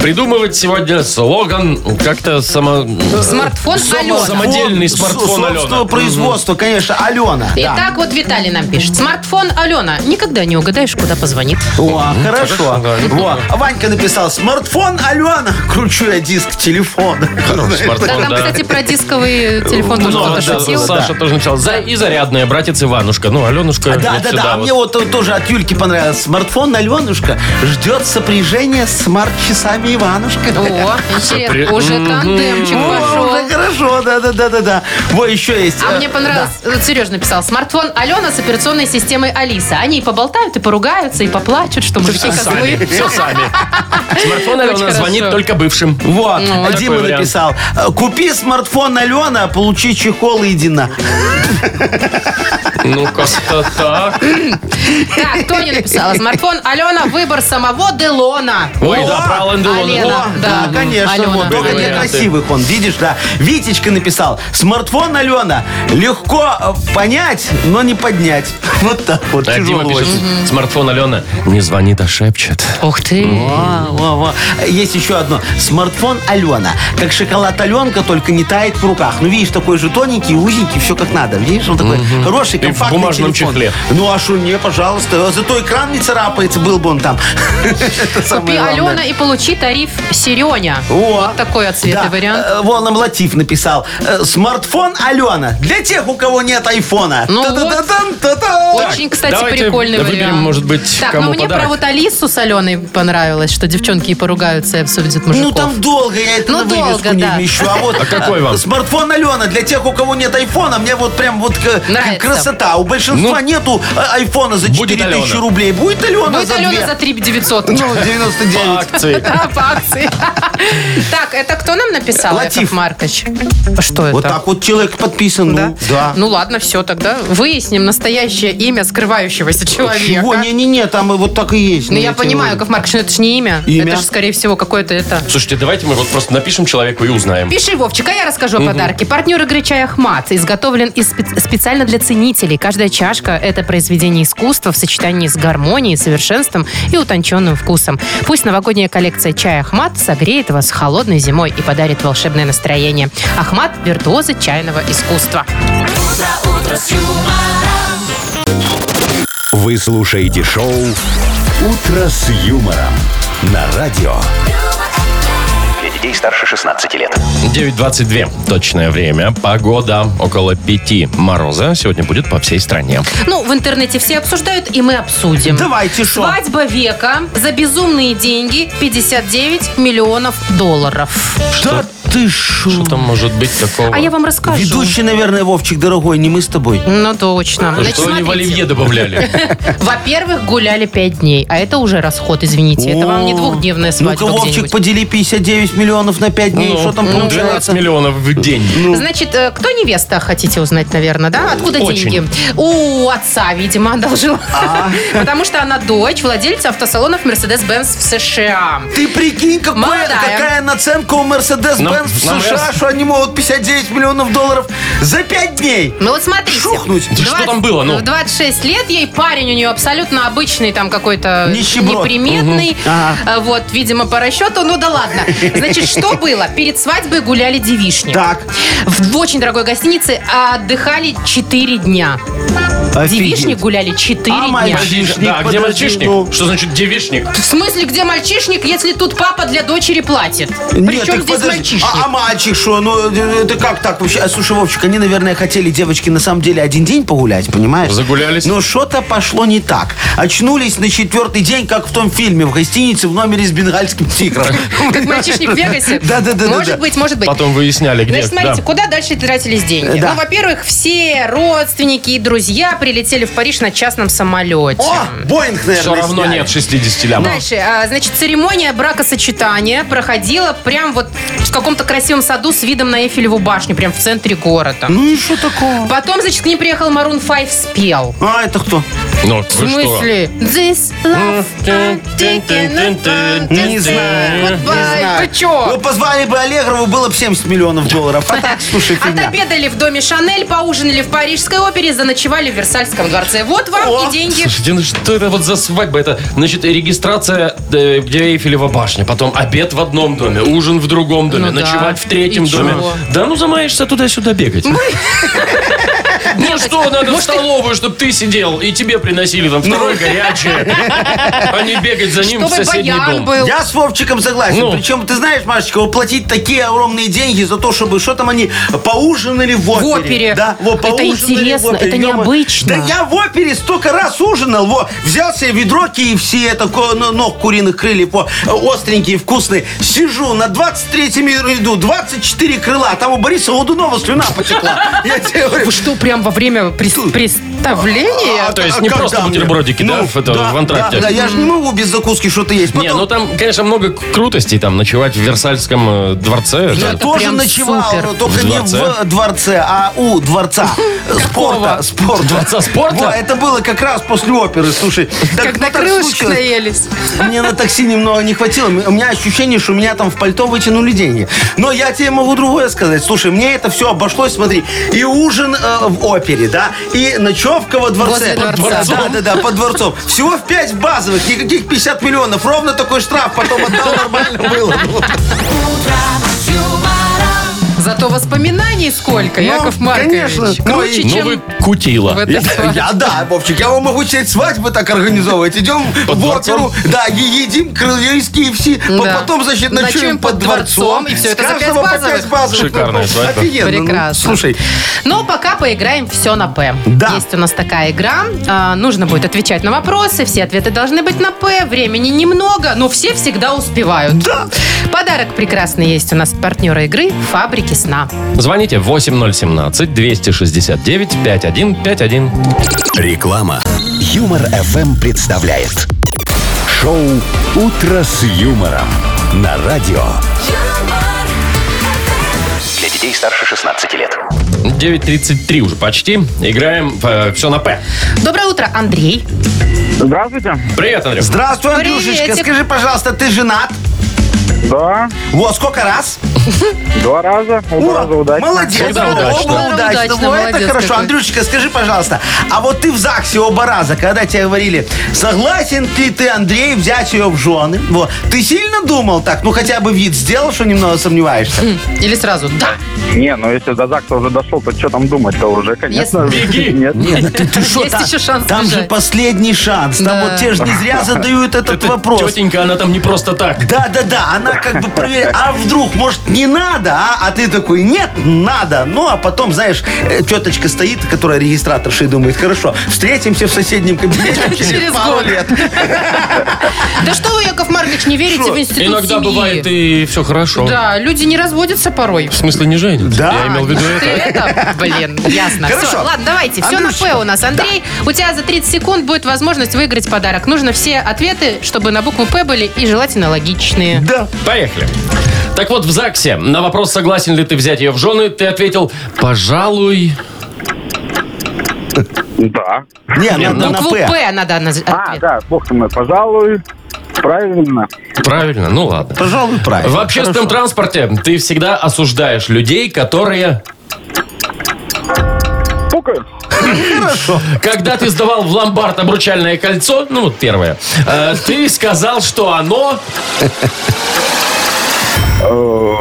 Speaker 4: придумывать сегодня слоган как-то само...
Speaker 5: Смартфон
Speaker 6: Э,
Speaker 4: само-
Speaker 5: Алена.
Speaker 4: Самодельный
Speaker 6: Фон
Speaker 4: смартфон
Speaker 6: со- собственного
Speaker 4: Алена.
Speaker 6: производства, конечно, Алена. да.
Speaker 5: Итак, вот Виталий нам пишет. Смартфон Алена. Никогда не угадаешь, куда позвонит.
Speaker 6: О, хорошо.
Speaker 4: хорошо, да,
Speaker 6: Во. А Ванька написал, смартфон Алена. Кручу я диск телефона.
Speaker 4: Смартфон,
Speaker 5: Да, там,
Speaker 4: да.
Speaker 5: кстати, про дисковый телефон тоже
Speaker 4: Ну,
Speaker 5: кто-то
Speaker 4: да,
Speaker 5: шутил.
Speaker 4: Саша тоже написал. За и зарядная, братец Иванушка. Ну, Аленушка.
Speaker 6: Да,
Speaker 4: вот
Speaker 6: да,
Speaker 4: сюда
Speaker 6: да. А
Speaker 4: вот.
Speaker 6: мне вот э, тоже от Юльки понравилось. Смартфон Аленушка ждет сопряжения с смарт-часами Иванушка.
Speaker 5: О,
Speaker 4: При-
Speaker 5: интересно, уже тандемчик
Speaker 6: О,
Speaker 5: пошел.
Speaker 6: да, хорошо, да, да, да, да, да. Во, еще есть.
Speaker 5: А
Speaker 6: э,
Speaker 5: мне понравилось, вот Сереж написал, смартфон Алена с операционной системой Алиса. Они и поболтают, и поругаются, и поплачут, что мужики
Speaker 4: Все сами,
Speaker 5: козлы.
Speaker 4: все сами. Смартфон Алена
Speaker 5: хорошо.
Speaker 4: звонит только бывшим.
Speaker 6: Вот,
Speaker 4: Ну,
Speaker 6: а
Speaker 4: такой
Speaker 6: Дима
Speaker 4: вариант.
Speaker 6: написал. э, Купи смартфон Алена, получи чехол и Дина.
Speaker 4: Ну, как-то так.
Speaker 5: Так, Тоня написала, смартфон Алена, выбор самого Делона.
Speaker 4: Ой, да, про Алан Делон.
Speaker 5: Алена.
Speaker 6: О,
Speaker 5: Да.
Speaker 6: да, конечно.
Speaker 5: Алена.
Speaker 6: Вот, только
Speaker 4: Были
Speaker 6: для
Speaker 4: варианты.
Speaker 6: красивых он, видишь, да. Витечка написал. Смартфон Алена легко э, понять, но не поднять. Вот так вот.
Speaker 4: А Дима
Speaker 6: тяжело
Speaker 4: пишет,
Speaker 6: очень.
Speaker 4: смартфон Алена не звонит, а шепчет.
Speaker 5: Ух ты.
Speaker 6: Во, во, во. Есть еще одно. Смартфон Алена. Как шоколад Аленка, только не тает в руках. Ну, видишь, такой же тоненький, узенький, все как надо. Видишь, он такой хороший,
Speaker 4: в
Speaker 6: компактный
Speaker 4: бумажном
Speaker 6: телефон.
Speaker 4: чехле.
Speaker 6: Ну, а что, не, пожалуйста. а зато экран не царапается, был бы он там. Это
Speaker 5: Купи
Speaker 6: самое главное.
Speaker 5: Алена и получи тариф Сиреня.
Speaker 6: О,
Speaker 5: Вот такой от цвета
Speaker 6: да.
Speaker 5: вариант.
Speaker 6: Э, Вон нам Латиф написал. Э, Смартфон Алена. Для тех, у кого нет айфона.
Speaker 5: Ну вот.
Speaker 6: Та-да-да-дан, та-да.
Speaker 5: Очень, кстати,
Speaker 8: давайте
Speaker 5: прикольный
Speaker 8: выберем,
Speaker 5: вариант.
Speaker 8: может быть,
Speaker 5: так,
Speaker 8: кому
Speaker 5: ну мне
Speaker 8: подарок.
Speaker 5: про вот Алису с Аленой понравилось, что девчонки и поругаются и обсудят мужиков.
Speaker 6: Ну там долго, я это
Speaker 5: Ну,
Speaker 6: на вывеску
Speaker 5: долго,
Speaker 6: не
Speaker 5: да.
Speaker 6: вмещу. А вот
Speaker 8: А какой вам?
Speaker 6: смартфон Алена для тех, у кого нет айфона, мне вот прям вот к-
Speaker 5: Нравится.
Speaker 6: красота. У
Speaker 8: Ну,
Speaker 6: большинства нету э, айфона за
Speaker 8: будет
Speaker 6: 4000
Speaker 8: Алена.
Speaker 6: рублей. Будет Алена
Speaker 5: Будет
Speaker 6: за
Speaker 5: А Алена
Speaker 6: две?
Speaker 5: за 3 900.
Speaker 6: Ну, 99.
Speaker 8: Акции.
Speaker 5: Да, по акции. Так, это кто нам написал,
Speaker 6: Латиф.
Speaker 5: Яков Маркович? А Что это?
Speaker 6: Вот так вот человек подписан.
Speaker 5: Да?
Speaker 6: Ну, да.
Speaker 5: Ну ладно, все тогда. Выясним настоящее имя скрывающегося человека.
Speaker 6: Чего? Не-не-не, там и вот так и есть.
Speaker 5: а? Ну
Speaker 6: Ну,
Speaker 5: я
Speaker 6: тебе
Speaker 5: понимаю,
Speaker 6: говорю.
Speaker 5: Яков Маркович, но это же не имя.
Speaker 6: Имя?
Speaker 5: Это же, скорее всего, какое-то это...
Speaker 8: Слушайте, давайте мы вот просто напишем человеку и узнаем.
Speaker 5: Пиши, Вовчик, а я расскажу о подарке. Партнер игры «Чай Ахмат» изготовлен из спе- специально для ценителей. Каждая чашка – это произведение искусства в сочетании с гармонией, совершенством и утонченным вкусом. Пусть новогодняя коллекция «Чай Ахмат» согреет вас холодной зимой и подарит волшебное настроение. Ахмат – виртуозы чайного искусства.
Speaker 1: Вы слушаете шоу «Утро с юмором» на радио.
Speaker 12: Для детей старше 16 лет.
Speaker 8: 9.22. Точное время. Погода около 5 мороза. Сегодня будет по всей стране.
Speaker 5: Ну, в интернете все обсуждают, и мы обсудим.
Speaker 6: Давайте, шо?
Speaker 5: Свадьба века за безумные деньги 59 миллионов долларов.
Speaker 6: Да ты шо?
Speaker 8: Что там может быть такого?
Speaker 5: А я вам расскажу.
Speaker 6: Ведущий, наверное, Вовчик, дорогой, не мы с тобой.
Speaker 5: Ну, точно. Значит,
Speaker 8: Что А они в
Speaker 5: смотрите.
Speaker 8: оливье добавляли?
Speaker 5: Во-первых, гуляли пять дней, а это уже расход, извините. Это вам не
Speaker 6: О,
Speaker 5: двухдневная свадьба
Speaker 6: Ну-ка, Вовчик,
Speaker 5: где-нибудь.
Speaker 6: подели 59 миллионов на 5 дней. Что там
Speaker 8: Ну, 12
Speaker 6: получается? Ну,
Speaker 8: миллионов в день.
Speaker 5: Значит, э, кто невеста, хотите узнать, наверное, да? Откуда
Speaker 8: Очень.
Speaker 5: деньги? У отца, видимо, одолжила. Потому что она дочь владельца автосалонов Mercedes-Benz в США.
Speaker 6: Ты прикинь, какое-
Speaker 5: Молодая.
Speaker 6: какая наценка у
Speaker 8: На-
Speaker 6: Mercedes-Benz в
Speaker 8: на
Speaker 6: США,
Speaker 8: Мерс.
Speaker 6: что они могут 59 миллионов долларов за 5 дней.
Speaker 5: Ну вот смотрите.
Speaker 6: Шухнуть.
Speaker 8: Да что там было, ну?
Speaker 5: В 26 лет ей парень у нее абсолютно обычный, там какой-то
Speaker 6: Нищеброд.
Speaker 5: неприметный.
Speaker 6: Ага.
Speaker 5: А, Вот, видимо, по расчету. Ну да ладно. Значит, что было? Перед свадьбой гуляли девичник.
Speaker 6: Так.
Speaker 5: В очень дорогой гостинице отдыхали 4 дня. Девичник
Speaker 6: Офигеть.
Speaker 5: гуляли 4
Speaker 6: А
Speaker 5: дня.
Speaker 6: мальчик? Мальчишник,
Speaker 8: Да, где
Speaker 6: подожди,
Speaker 8: мальчишник?
Speaker 6: ну.
Speaker 8: Что значит девичник?
Speaker 5: В смысле, где мальчишник, если тут папа для дочери платит?
Speaker 6: Нет,
Speaker 5: Причем
Speaker 6: так
Speaker 5: здесь
Speaker 6: подожди.
Speaker 5: мальчишник?
Speaker 6: А, а мальчик что? Ну, э, это как так вообще? А, слушай, Вовчик, они, наверное, хотели девочки на самом деле один день погулять, понимаешь?
Speaker 8: Загулялись.
Speaker 6: Но что-то пошло не так. Очнулись на четвертый день, как в том фильме, в гостинице в номере с бенгальским тигром.
Speaker 5: Как мальчишник в Вегасе?
Speaker 6: а, Да-да-да-да-да.
Speaker 5: Может быть, может быть.
Speaker 8: Потом выясняли, где.
Speaker 5: Значит, смотрите,
Speaker 8: да.
Speaker 5: куда дальше тратились деньги?
Speaker 6: Да.
Speaker 5: Ну, во-первых, все родственники и друзья прилетели в Париж на частном самолете.
Speaker 6: О, Боинг, наверное,
Speaker 8: Все равно
Speaker 6: сняли.
Speaker 8: нет 60 лямов.
Speaker 5: Дальше, а, значит, церемония бракосочетания проходила прям вот в каком-то красивом саду с видом на Эйфелеву башню, прям в центре города.
Speaker 6: Ну и что такого?
Speaker 5: Потом, значит, к ним приехал Марун 5, спел.
Speaker 6: А, это кто?
Speaker 8: Ну,
Speaker 5: В
Speaker 8: вы что?
Speaker 5: смысле? This love I'm taking up on this
Speaker 6: Не знаю,
Speaker 5: day. Goodbye. Вы чё?
Speaker 6: Ну, позвали бы Аллегрову, было бы 70 миллионов долларов. А так, слушай, фигня.
Speaker 5: Отобедали в доме Шанель, поужинали в Парижской опере, заночевали в Версальском дворце. Вот вам
Speaker 6: О!
Speaker 5: и деньги.
Speaker 8: Слушайте, ну что это вот за свадьба? Это, значит, регистрация, э, где Эйфелева башня, потом обед в одном доме, ужин в другом доме,
Speaker 5: Ну да.
Speaker 8: ночевать в третьем
Speaker 5: И
Speaker 8: доме.
Speaker 5: чего?
Speaker 8: Да ну замаешься туда-сюда бегать. Ну что, надо в столовую, чтобы ты сидел, и тебе приносили там второе горячее, а не бегать за ним в
Speaker 5: Ну. Чтобы
Speaker 8: соседний
Speaker 5: баян
Speaker 8: дом.
Speaker 5: был.
Speaker 6: Я с Вовчиком согласен.
Speaker 8: Ну.
Speaker 6: Причем, ты знаешь, Машечка, уплатить такие огромные деньги за то, чтобы что там они поужинали в опере.
Speaker 5: В опере.
Speaker 6: Да, во,
Speaker 5: Это
Speaker 6: поужинали
Speaker 5: интересно,
Speaker 6: в опере.
Speaker 5: это
Speaker 6: Ё-моё.
Speaker 5: необычно.
Speaker 6: Да я в опере столько раз ужинал. Во, взял себе ведро все такое ног куриных крыльев, во, остренькие, вкусные. Сижу на 23-м ряду, 24 крыла. а Там у Бориса Годунова слюна потекла. Я тебе говорю.
Speaker 5: Вы что, прям во время прис- представления?
Speaker 8: А, то есть не
Speaker 6: как
Speaker 8: просто
Speaker 6: да мне?
Speaker 8: бутербродики, да,
Speaker 6: Ну,
Speaker 8: в это,
Speaker 6: да,
Speaker 8: в антракте?
Speaker 6: Да, да, я же не могу без закуски что-то есть.
Speaker 8: Не, ну
Speaker 6: Потом-
Speaker 8: там, конечно, много крутостей, там, ночевать в Версальском э, дворце.
Speaker 6: Я
Speaker 8: это-
Speaker 6: тоже
Speaker 5: Ну, прям
Speaker 6: ночевал,
Speaker 5: супер.
Speaker 6: но только
Speaker 8: В
Speaker 6: не
Speaker 8: дворце?
Speaker 6: в дворце, а у дворца спорта. спорта.
Speaker 8: Дворца спорта?
Speaker 6: Во, это было как раз после оперы, слушай. Так,
Speaker 5: Когда
Speaker 6: ну, так
Speaker 5: крылышек
Speaker 6: случилось.
Speaker 5: наелись.
Speaker 6: Мне на такси немного не хватило. У меня ощущение, что у меня там в пальто вытянули деньги. Но я тебе могу другое сказать. Слушай, мне это все обошлось, смотри. И ужин э, в опере, да, и ночевка во
Speaker 5: Возле
Speaker 6: дворце.
Speaker 5: дворца.
Speaker 6: Да, да, да, под дворцом. Всего в 5 базовых, никаких 50 миллионов. Ровно такой штраф потом отдал, нормально было.
Speaker 5: Зато Зато воспоминаний сколько, Яков Маркович.
Speaker 6: Ну, конечно.
Speaker 5: Круче,
Speaker 6: Ой,
Speaker 5: чем...
Speaker 4: Ну вы кутила.
Speaker 5: в этой свадьбе.
Speaker 6: Я, да, Вовчик, я вам могу теперь свадьбы так организовывать. Идем
Speaker 4: Под
Speaker 6: в оперу, да, е- едим крыльевские все,
Speaker 5: Да.
Speaker 6: потом, значит,
Speaker 5: Ночуем
Speaker 6: ночуем
Speaker 5: под
Speaker 6: под дворцом.
Speaker 5: дворцом, и всё
Speaker 6: С
Speaker 5: это за пять
Speaker 6: каждого по
Speaker 5: базовых.
Speaker 6: пять базовых.
Speaker 4: Шикарная свадьба.
Speaker 6: Офигенно. Ну,
Speaker 5: Прекрасно.
Speaker 6: Слушай,
Speaker 5: Но пока поиграем все на П.
Speaker 6: Да.
Speaker 5: Есть у нас такая игра. А, нужно будет отвечать на вопросы. Все ответы должны быть на П. Времени немного, но все всегда успевают.
Speaker 6: Да.
Speaker 5: Подарок прекрасный есть у нас от партнера игры «Фабрики сна».
Speaker 4: Звоните 8017-269-5151.
Speaker 1: Реклама. Юмор FM представляет шоу Утро с юмором на радио.
Speaker 12: Для детей старше 16 лет.
Speaker 4: 9.33 уже почти. Играем все на П.
Speaker 5: Доброе утро, Андрей.
Speaker 13: Здравствуйте.
Speaker 4: Привет, Андрей.
Speaker 6: здравствуй,
Speaker 5: Приветик.
Speaker 6: Андрюшечка. Скажи, пожалуйста, ты женат?
Speaker 13: Да,
Speaker 6: Вот, сколько раз?
Speaker 13: два раза.
Speaker 6: О,
Speaker 13: Оба раза удачно.
Speaker 6: Молодец.
Speaker 4: Всегда
Speaker 6: Оба
Speaker 4: удачно.
Speaker 6: удачно.
Speaker 5: Удачно,
Speaker 6: Во, это
Speaker 5: молодец
Speaker 6: хорошо.
Speaker 5: какой.
Speaker 6: Андрюшечка, скажи, пожалуйста, а вот ты в ЗАГСе оба раза, когда тебе говорили, согласен ли ты, Андрей, взять ее в жены? Вот. Ты сильно думал так? Ну, хотя бы вид сделал, что немного сомневаешься?
Speaker 5: Или сразу «Да».
Speaker 13: Не, ну если до ЗАГСа уже дошел, то что там думать-то уже, конечно. же.
Speaker 4: Беги.
Speaker 13: Нет.
Speaker 6: Нет, ты, ты шо,
Speaker 5: Есть
Speaker 6: там-
Speaker 5: еще шанс
Speaker 6: Там же
Speaker 5: сбежать.
Speaker 6: последний шанс. Там
Speaker 5: Да.
Speaker 6: вот те же не зря задают этот
Speaker 4: Это
Speaker 6: вопрос.
Speaker 4: Тетенька, она там не просто так.
Speaker 6: Да, да, да, она как бы проверяет, а вдруг, может, не надо, а? А ты такой, нет, надо. Ну, а потом, знаешь, э, теточка стоит, которая регистраторша, и думает, хорошо, встретимся в соседнем кабинете через
Speaker 5: Через
Speaker 6: пару
Speaker 5: год.
Speaker 6: лет.
Speaker 5: Да что вы, Яков Маркович, не верите
Speaker 6: Что?
Speaker 5: в институт
Speaker 4: Иногда
Speaker 5: семьи?
Speaker 4: бывает и все хорошо.
Speaker 5: Да, люди не разводятся порой.
Speaker 4: В смысле не женят?
Speaker 6: Да.
Speaker 4: Я имел в виду
Speaker 5: А, Ты
Speaker 4: это.
Speaker 5: это? Блин, ясно.
Speaker 6: Хорошо.
Speaker 5: Все, ладно, давайте. Все на
Speaker 6: Андрюшечка,
Speaker 5: П у нас. Андрей, у тебя за 30 секунд будет возможность выиграть подарок. Нужно все ответы, чтобы на букву П были и желательно логичные.
Speaker 6: Да.
Speaker 4: Поехали. Так вот, в ЗАГСе на вопрос, согласен ли ты взять ее в жены, ты ответил, пожалуй...
Speaker 13: Да.
Speaker 6: Не,
Speaker 4: Нет,
Speaker 6: надо на
Speaker 5: Букву
Speaker 6: П.
Speaker 5: ну, П надо наз-
Speaker 13: А,
Speaker 5: ответ.
Speaker 13: да, бог ты мой, пожалуй, правильно.
Speaker 4: Правильно, ну ладно.
Speaker 6: Пожалуй,
Speaker 4: В
Speaker 6: правильно.
Speaker 4: общественном транспорте ты всегда осуждаешь людей, которые...
Speaker 13: Пукают.
Speaker 4: Когда ты сдавал в ломбард обручальное кольцо, ну вот первое, э, ты сказал, что оно...
Speaker 13: Э,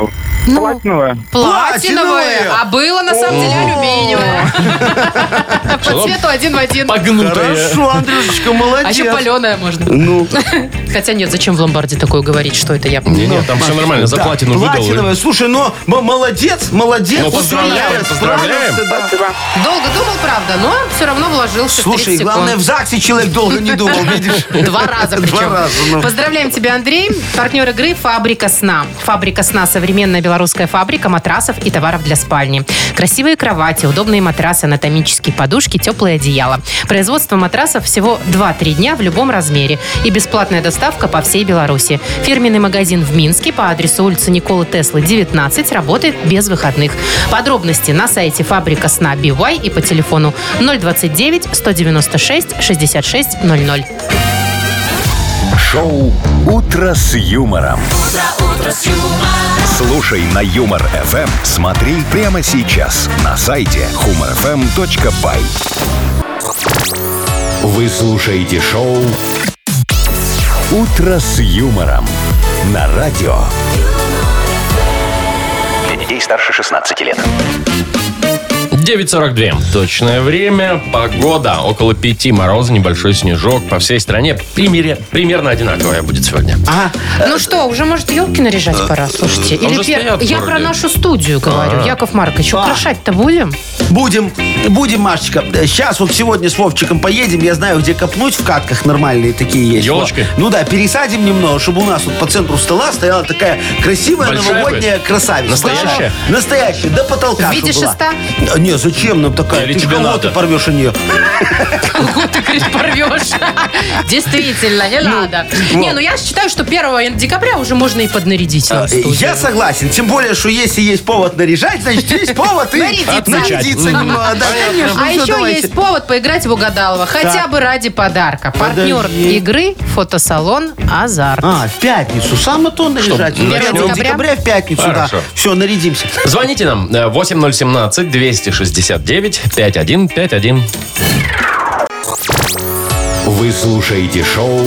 Speaker 13: Платиновое.
Speaker 5: Платиновое,
Speaker 6: Платиновое.
Speaker 5: а было на самом деле алюминиевое. По цвету один в один.
Speaker 4: Погнутое.
Speaker 6: Хорошо, Андрюшечка,
Speaker 5: А еще
Speaker 6: молодец.
Speaker 5: паленое можно.
Speaker 6: Ну,
Speaker 5: Хотя нет, зачем в ломбарде такое говорить, что это я...
Speaker 4: Не, не, там все нормально, за
Speaker 6: да,
Speaker 4: платину выдал.
Speaker 6: платиновое. Слушай, ну, м- молодец, молодец.
Speaker 4: Ну, поздравляем,
Speaker 6: Справился,
Speaker 4: поздравляем.
Speaker 6: да.
Speaker 5: Долго думал, правда, но все равно вложился в 30
Speaker 6: Слушай,
Speaker 5: секунд.
Speaker 6: главное, в ЗАГСе человек долго не думал, видишь?
Speaker 5: Два раза причем.
Speaker 6: Два раза, ну.
Speaker 5: Поздравляем тебя, Андрей. Партнер игры «Фабрика сна». «Фабрика сна» – современная белорусская фабрика матрасов и товаров для спальни. Красивые кровати, удобные матрасы, анатомические подушки, теплое одеяло. Производство матрасов всего 2-3 дня в любом размере. И бесплатная доставка по всей Беларуси. Фирменный магазин в Минске по адресу улицы Николы Теслы, 19, работает без выходных. Подробности на сайте «Фабрика сна BY» и по телефону 029 196 66 00.
Speaker 1: Шоу Утро с юмором. Слушай на Юмор ФМ. Смотри прямо сейчас на сайте humorfm.by. Вы слушаете шоу Утро с юмором на радио.
Speaker 12: Для детей старше 16 лет.
Speaker 4: 9.42. Точное время, погода. Около пяти мороза, небольшой снежок по всей стране. Примере- примерно одинаковая будет сегодня.
Speaker 6: Ага.
Speaker 5: Ну что, уже, может, елки наряжать пора, слушайте?
Speaker 4: а уже
Speaker 5: Или пер-
Speaker 4: стоят
Speaker 5: Я
Speaker 4: вроде.
Speaker 5: про нашу студию говорю,
Speaker 4: А.
Speaker 5: Яков Маркович.
Speaker 6: А.
Speaker 5: Украшать-то будем?
Speaker 6: Будем, будем, Машечка. Сейчас вот сегодня с Вовчиком поедем. Я знаю, где копнуть в катках нормальные такие есть.
Speaker 4: Ёлочкой?
Speaker 6: Вот. Ну да, пересадим немного, чтобы у нас вот по центру стола стояла такая красивая
Speaker 4: Большая
Speaker 6: новогодняя красавица.
Speaker 4: Настоящая?
Speaker 6: Да, Настоящая, до потолка.
Speaker 5: В виде
Speaker 6: чтобы была.
Speaker 5: шеста?
Speaker 6: Да Не, зачем нам такая?
Speaker 4: Или
Speaker 6: Ты ж
Speaker 4: тебе
Speaker 6: кого
Speaker 4: надо?
Speaker 6: ты порвешь у нее?
Speaker 5: Кого ты, говорит, порвешь? Действительно, не надо. Не, ну я считаю, что 1 декабря уже можно и поднарядить нам студию.
Speaker 6: А, э, Я согласен. Тем более, что если есть повод наряжать, значит, есть повод и
Speaker 5: Нарядиться.
Speaker 6: нарядиться немного. Да, конечно.
Speaker 5: А
Speaker 6: всё,
Speaker 5: еще
Speaker 6: давайте.
Speaker 5: есть повод поиграть в угадалово. Хотя бы ради подарка. Партнер
Speaker 6: Подожди.
Speaker 5: игры фотосалон «Азарт».
Speaker 6: А, в пятницу. Самое то наряжать.
Speaker 4: начнем?
Speaker 6: 1 декабря в пятницу, да.
Speaker 4: Хорошо.
Speaker 6: Все, нарядимся.
Speaker 4: Звоните нам э, 8017-269-5151.
Speaker 1: Вы слушаете шоу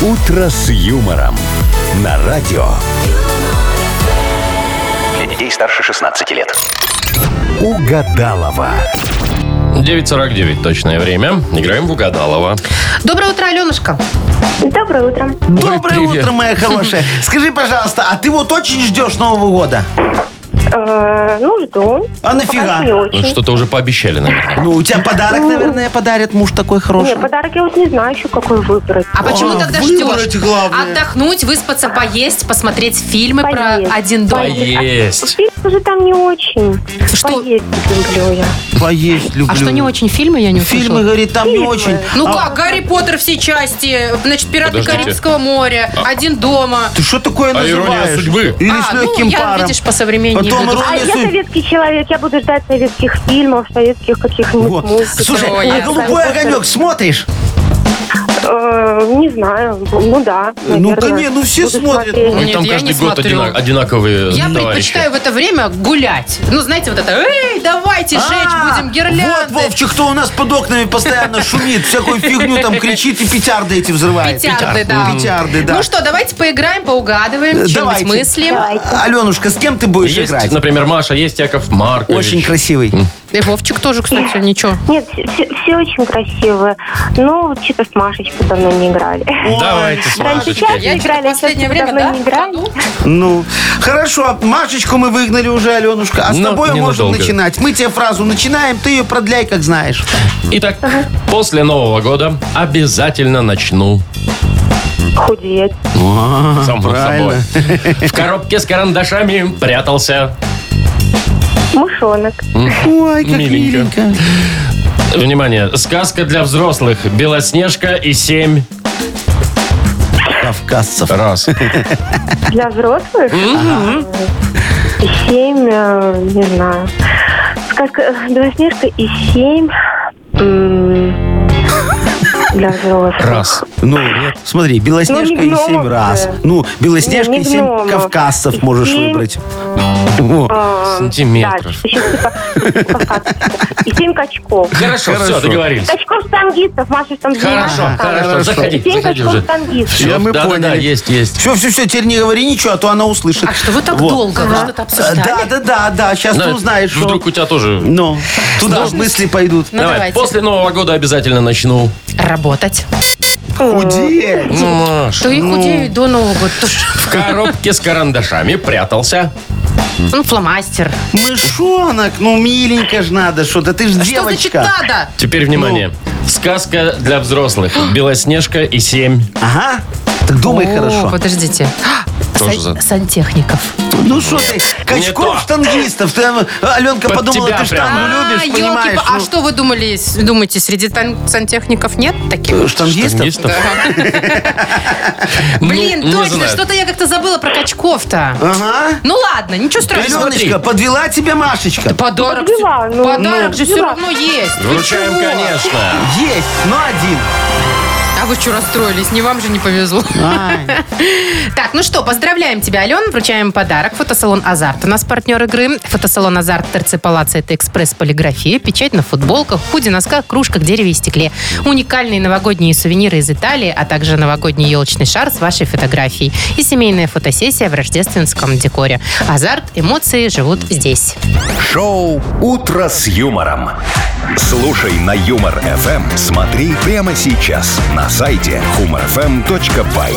Speaker 1: Утро с юмором на радио.
Speaker 12: Для
Speaker 14: детей старше 16 лет.
Speaker 1: Угадалова.
Speaker 4: 9.49 точное время. Играем в Угадалова.
Speaker 5: Доброе утро, Аленушка.
Speaker 13: Доброе утро.
Speaker 6: Доброе
Speaker 4: привет.
Speaker 6: утро, моя хорошая. Скажи, пожалуйста, а ты вот очень ждешь Нового года?
Speaker 13: Э, ну, жду.
Speaker 6: А
Speaker 13: Пока
Speaker 6: нафига?
Speaker 13: не очень.
Speaker 4: Ну, Что-то уже пообещали, наверное.
Speaker 6: Ну, у тебя подарок, наверное, подарит муж такой
Speaker 13: Не,
Speaker 6: хороший.
Speaker 13: подарок я вот не знаю еще, какой выбрать.
Speaker 5: А почему
Speaker 6: А,
Speaker 5: тогда
Speaker 6: выбрать
Speaker 5: ждешь?
Speaker 6: главное.
Speaker 5: Отдохнуть, выспаться, поесть, посмотреть фильмы
Speaker 13: Поесть.
Speaker 5: про один дом.
Speaker 4: Поесть.
Speaker 13: Фильм уже там не очень.
Speaker 5: Что?
Speaker 13: Поесть люблю я.
Speaker 6: Поесть люблю.
Speaker 5: А что не очень фильмы я не услышала?
Speaker 6: Фильмы, говорит, там не
Speaker 13: Фильмы.
Speaker 6: очень.
Speaker 5: Ну
Speaker 6: А
Speaker 5: как, Гарри Поттер все части, значит, «Пираты
Speaker 4: Подождите.
Speaker 5: Карибского моря», «Один дома».
Speaker 6: Ты что такое
Speaker 4: А ирония
Speaker 6: называешь?
Speaker 4: судьбы?
Speaker 6: Или
Speaker 5: а,
Speaker 6: с
Speaker 5: ну,
Speaker 6: легким
Speaker 5: я,
Speaker 6: паром?
Speaker 5: видишь, по современнее
Speaker 6: Потом
Speaker 5: буду.
Speaker 13: А
Speaker 6: ирония
Speaker 13: я
Speaker 6: судьбы.
Speaker 13: советский человек, я буду ждать советских фильмов, советских каких-нибудь
Speaker 6: Вот.
Speaker 13: мультиков.
Speaker 6: Слушай,
Speaker 5: Ой,
Speaker 6: а
Speaker 5: я
Speaker 6: голубой огонек смотришь?
Speaker 13: Э, не знаю, ну да,
Speaker 6: Ну,
Speaker 13: наверное.
Speaker 6: конечно, ну все
Speaker 13: Буду
Speaker 6: смотрят.
Speaker 13: смотреть.
Speaker 4: Ну,
Speaker 5: Нет,
Speaker 4: там
Speaker 5: я
Speaker 4: каждый
Speaker 5: не
Speaker 4: год
Speaker 5: смотрю.
Speaker 4: одина- одинаковые
Speaker 5: Я
Speaker 4: товарищи.
Speaker 5: предпочитаю в это время гулять. Ну, знаете, вот это, эй, давайте
Speaker 6: А,
Speaker 5: жечь, будем гирлянды.
Speaker 6: Вот, Вовчик, кто у нас под окнами постоянно шумит, всякую фигню там кричит и петарды эти взрывает.
Speaker 5: Петарды, да.
Speaker 6: Петарды, да.
Speaker 5: Ну что, давайте поиграем, поугадываем,
Speaker 6: Э,
Speaker 5: что-нибудь
Speaker 6: давайте.
Speaker 5: мыслим.
Speaker 6: Аленушка, с кем ты будешь
Speaker 4: Есть,
Speaker 6: играть?
Speaker 4: например, Маша, есть Яков Маркович.
Speaker 6: Очень красивый.
Speaker 5: И Э, Вовчик тоже, кстати, ничего.
Speaker 13: Нет, все, очень красивые. Ну, вот что-то с Машечкой давно не играли.
Speaker 4: Давайте с
Speaker 13: Да, и
Speaker 4: Машечкой.
Speaker 13: сейчас
Speaker 5: Я
Speaker 13: не
Speaker 5: что-то
Speaker 13: играли, а сейчас
Speaker 5: последнее время,
Speaker 13: давно
Speaker 5: да?
Speaker 13: не играли.
Speaker 6: Ну, хорошо, Машечку мы выгнали уже, Аленушка. А с
Speaker 4: Но
Speaker 6: тобой можем
Speaker 4: ненадолго.
Speaker 6: начинать. Мы тебе фразу начинаем, ты ее продляй, как знаешь.
Speaker 4: Итак, после Нового года обязательно начну.
Speaker 13: Худеть.
Speaker 4: Само собой. В коробке с карандашами прятался.
Speaker 13: Мышонок.
Speaker 6: Ой, как
Speaker 4: Миленько.
Speaker 6: миленько.
Speaker 4: Внимание, сказка для взрослых. Белоснежка и семь.
Speaker 6: Кавказцев.
Speaker 4: Раз.
Speaker 13: Для взрослых? Семь, э, не знаю. Сказка э, «Белоснежка» и семь... м, Для взрослых.
Speaker 4: Раз.
Speaker 6: Ну, смотри, Белоснежка и
Speaker 13: гномов
Speaker 6: семь раз.
Speaker 13: же.
Speaker 6: Ну, Белоснежка
Speaker 13: Не, не
Speaker 6: и семь
Speaker 13: гномов.
Speaker 6: кавказцев можешь
Speaker 13: Семь.
Speaker 6: выбрать. Во.
Speaker 13: А,
Speaker 4: Сантиметров.
Speaker 13: да, еще типа- И семь качков.
Speaker 4: Хорошо, все, договорились.
Speaker 13: Качков штангистов, Маша там
Speaker 4: Хорошо, хорошо, заходи,
Speaker 13: Семь
Speaker 4: заходи
Speaker 13: качков
Speaker 4: уже.
Speaker 13: штангистов.
Speaker 4: Всё,
Speaker 6: мы
Speaker 4: да-да-да,
Speaker 6: поняли.
Speaker 4: есть, есть.
Speaker 6: Все, все, все, теперь не говори ничего, а то она услышит.
Speaker 5: А что вы так
Speaker 6: Вот.
Speaker 5: долго? Вы что-то
Speaker 6: Э,
Speaker 5: обсуждали?
Speaker 6: Да, да, да, да, сейчас ты
Speaker 4: Да,
Speaker 6: узнаешь, что...
Speaker 4: Ну, Вдруг у тебя тоже...
Speaker 6: Ну, туда же мысли пойдут.
Speaker 5: Ну,
Speaker 4: Давай,
Speaker 5: давайте.
Speaker 4: после Нового года обязательно начну.
Speaker 5: Работать.
Speaker 6: Худеть.
Speaker 4: Ну, Маш,
Speaker 5: То и худеют до Нового года. То ж-
Speaker 4: в коробке с карандашами прятался.
Speaker 5: Ну, фломастер.
Speaker 6: Мышонок, ну миленько ж надо что-то, ты ж
Speaker 5: А Что значит
Speaker 6: девочка.
Speaker 5: надо?
Speaker 4: Теперь внимание.
Speaker 5: Ну.
Speaker 4: Сказка для взрослых. Белоснежка и семь.
Speaker 6: Ага, так думай
Speaker 5: О,
Speaker 6: хорошо.
Speaker 5: подождите.
Speaker 4: Тоже
Speaker 5: Сан-
Speaker 4: за-
Speaker 5: Сантехников.
Speaker 6: Ну что ты,
Speaker 4: то.
Speaker 6: качков штангистов, ты, э, Аленка
Speaker 4: Под
Speaker 6: подумала,
Speaker 4: тебя
Speaker 6: ты штангу
Speaker 4: прямо.
Speaker 6: любишь,
Speaker 5: ёлки-па-
Speaker 6: понимаешь?
Speaker 5: а
Speaker 6: ну.
Speaker 5: что вы думали, с- думаете, среди тан- сантехников нет таких?
Speaker 6: Штангистов?
Speaker 4: Штангистов? Ну,
Speaker 5: Блин,
Speaker 4: не
Speaker 5: точно,
Speaker 4: знаю.
Speaker 5: что-то я как-то забыла про качков-то.
Speaker 6: А? Ага.
Speaker 5: Ну ладно, ничего страшного.
Speaker 6: Аленочка, подвела тебя Машечка.
Speaker 5: Подарок,
Speaker 13: Подвела, ну,
Speaker 5: подарок
Speaker 13: ну,
Speaker 5: же все
Speaker 13: подвела.
Speaker 5: равно есть. Вы
Speaker 4: Вручаем,
Speaker 5: чего?
Speaker 4: конечно.
Speaker 6: Есть, но один.
Speaker 5: А вы что расстроились? Не вам же не повезло. Так, ну что, поздравляем тебя, Ален. Вручаем подарок. Фотосалон «Азарт» у нас партнер игры. Фотосалон «Азарт» ТРЦ «Палаца» — это экспресс-полиграфия, печать на футболках, худи, носках, кружках, дереве и стекле. Уникальные новогодние сувениры из Италии, а также новогодний елочный шар с вашей фотографией и семейная фотосессия в рождественском декоре. «Азарт» — эмоции живут здесь.
Speaker 1: Шоу «Утро с юмором». Слушай на Юмор ФМ. Смотри прямо сейчас на сайте humorfm.by.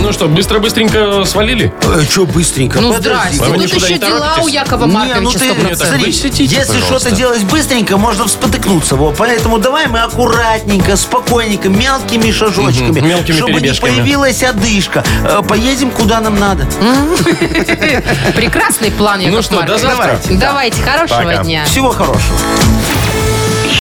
Speaker 4: Ну что, быстро-быстренько свалили?
Speaker 6: Э, Че быстренько?
Speaker 5: Ну,
Speaker 6: Подожди.
Speaker 5: здрасте.
Speaker 4: Вы
Speaker 5: Тут
Speaker 4: никуда не
Speaker 5: еще дела
Speaker 4: торопитесь?
Speaker 5: у Якова
Speaker 6: Не, ну
Speaker 5: Марковича
Speaker 6: ты,
Speaker 5: 100%.
Speaker 6: смотри,
Speaker 4: Высветите,
Speaker 6: если
Speaker 4: пожалуйста.
Speaker 6: что-то делать быстренько, можно вспотыкнуться. Вот, поэтому давай мы аккуратненько, спокойненько, мелкими шажочками,
Speaker 4: Мгм, мелкими
Speaker 6: чтобы не
Speaker 4: перебежками.
Speaker 6: появилась одышка. Э, Поедем куда нам надо.
Speaker 5: Прекрасный план, Яков
Speaker 4: Ну что, до
Speaker 5: Маркович.
Speaker 4: завтра.
Speaker 5: Давайте, хорошего
Speaker 4: Пока.
Speaker 5: дня.
Speaker 6: Всего хорошего.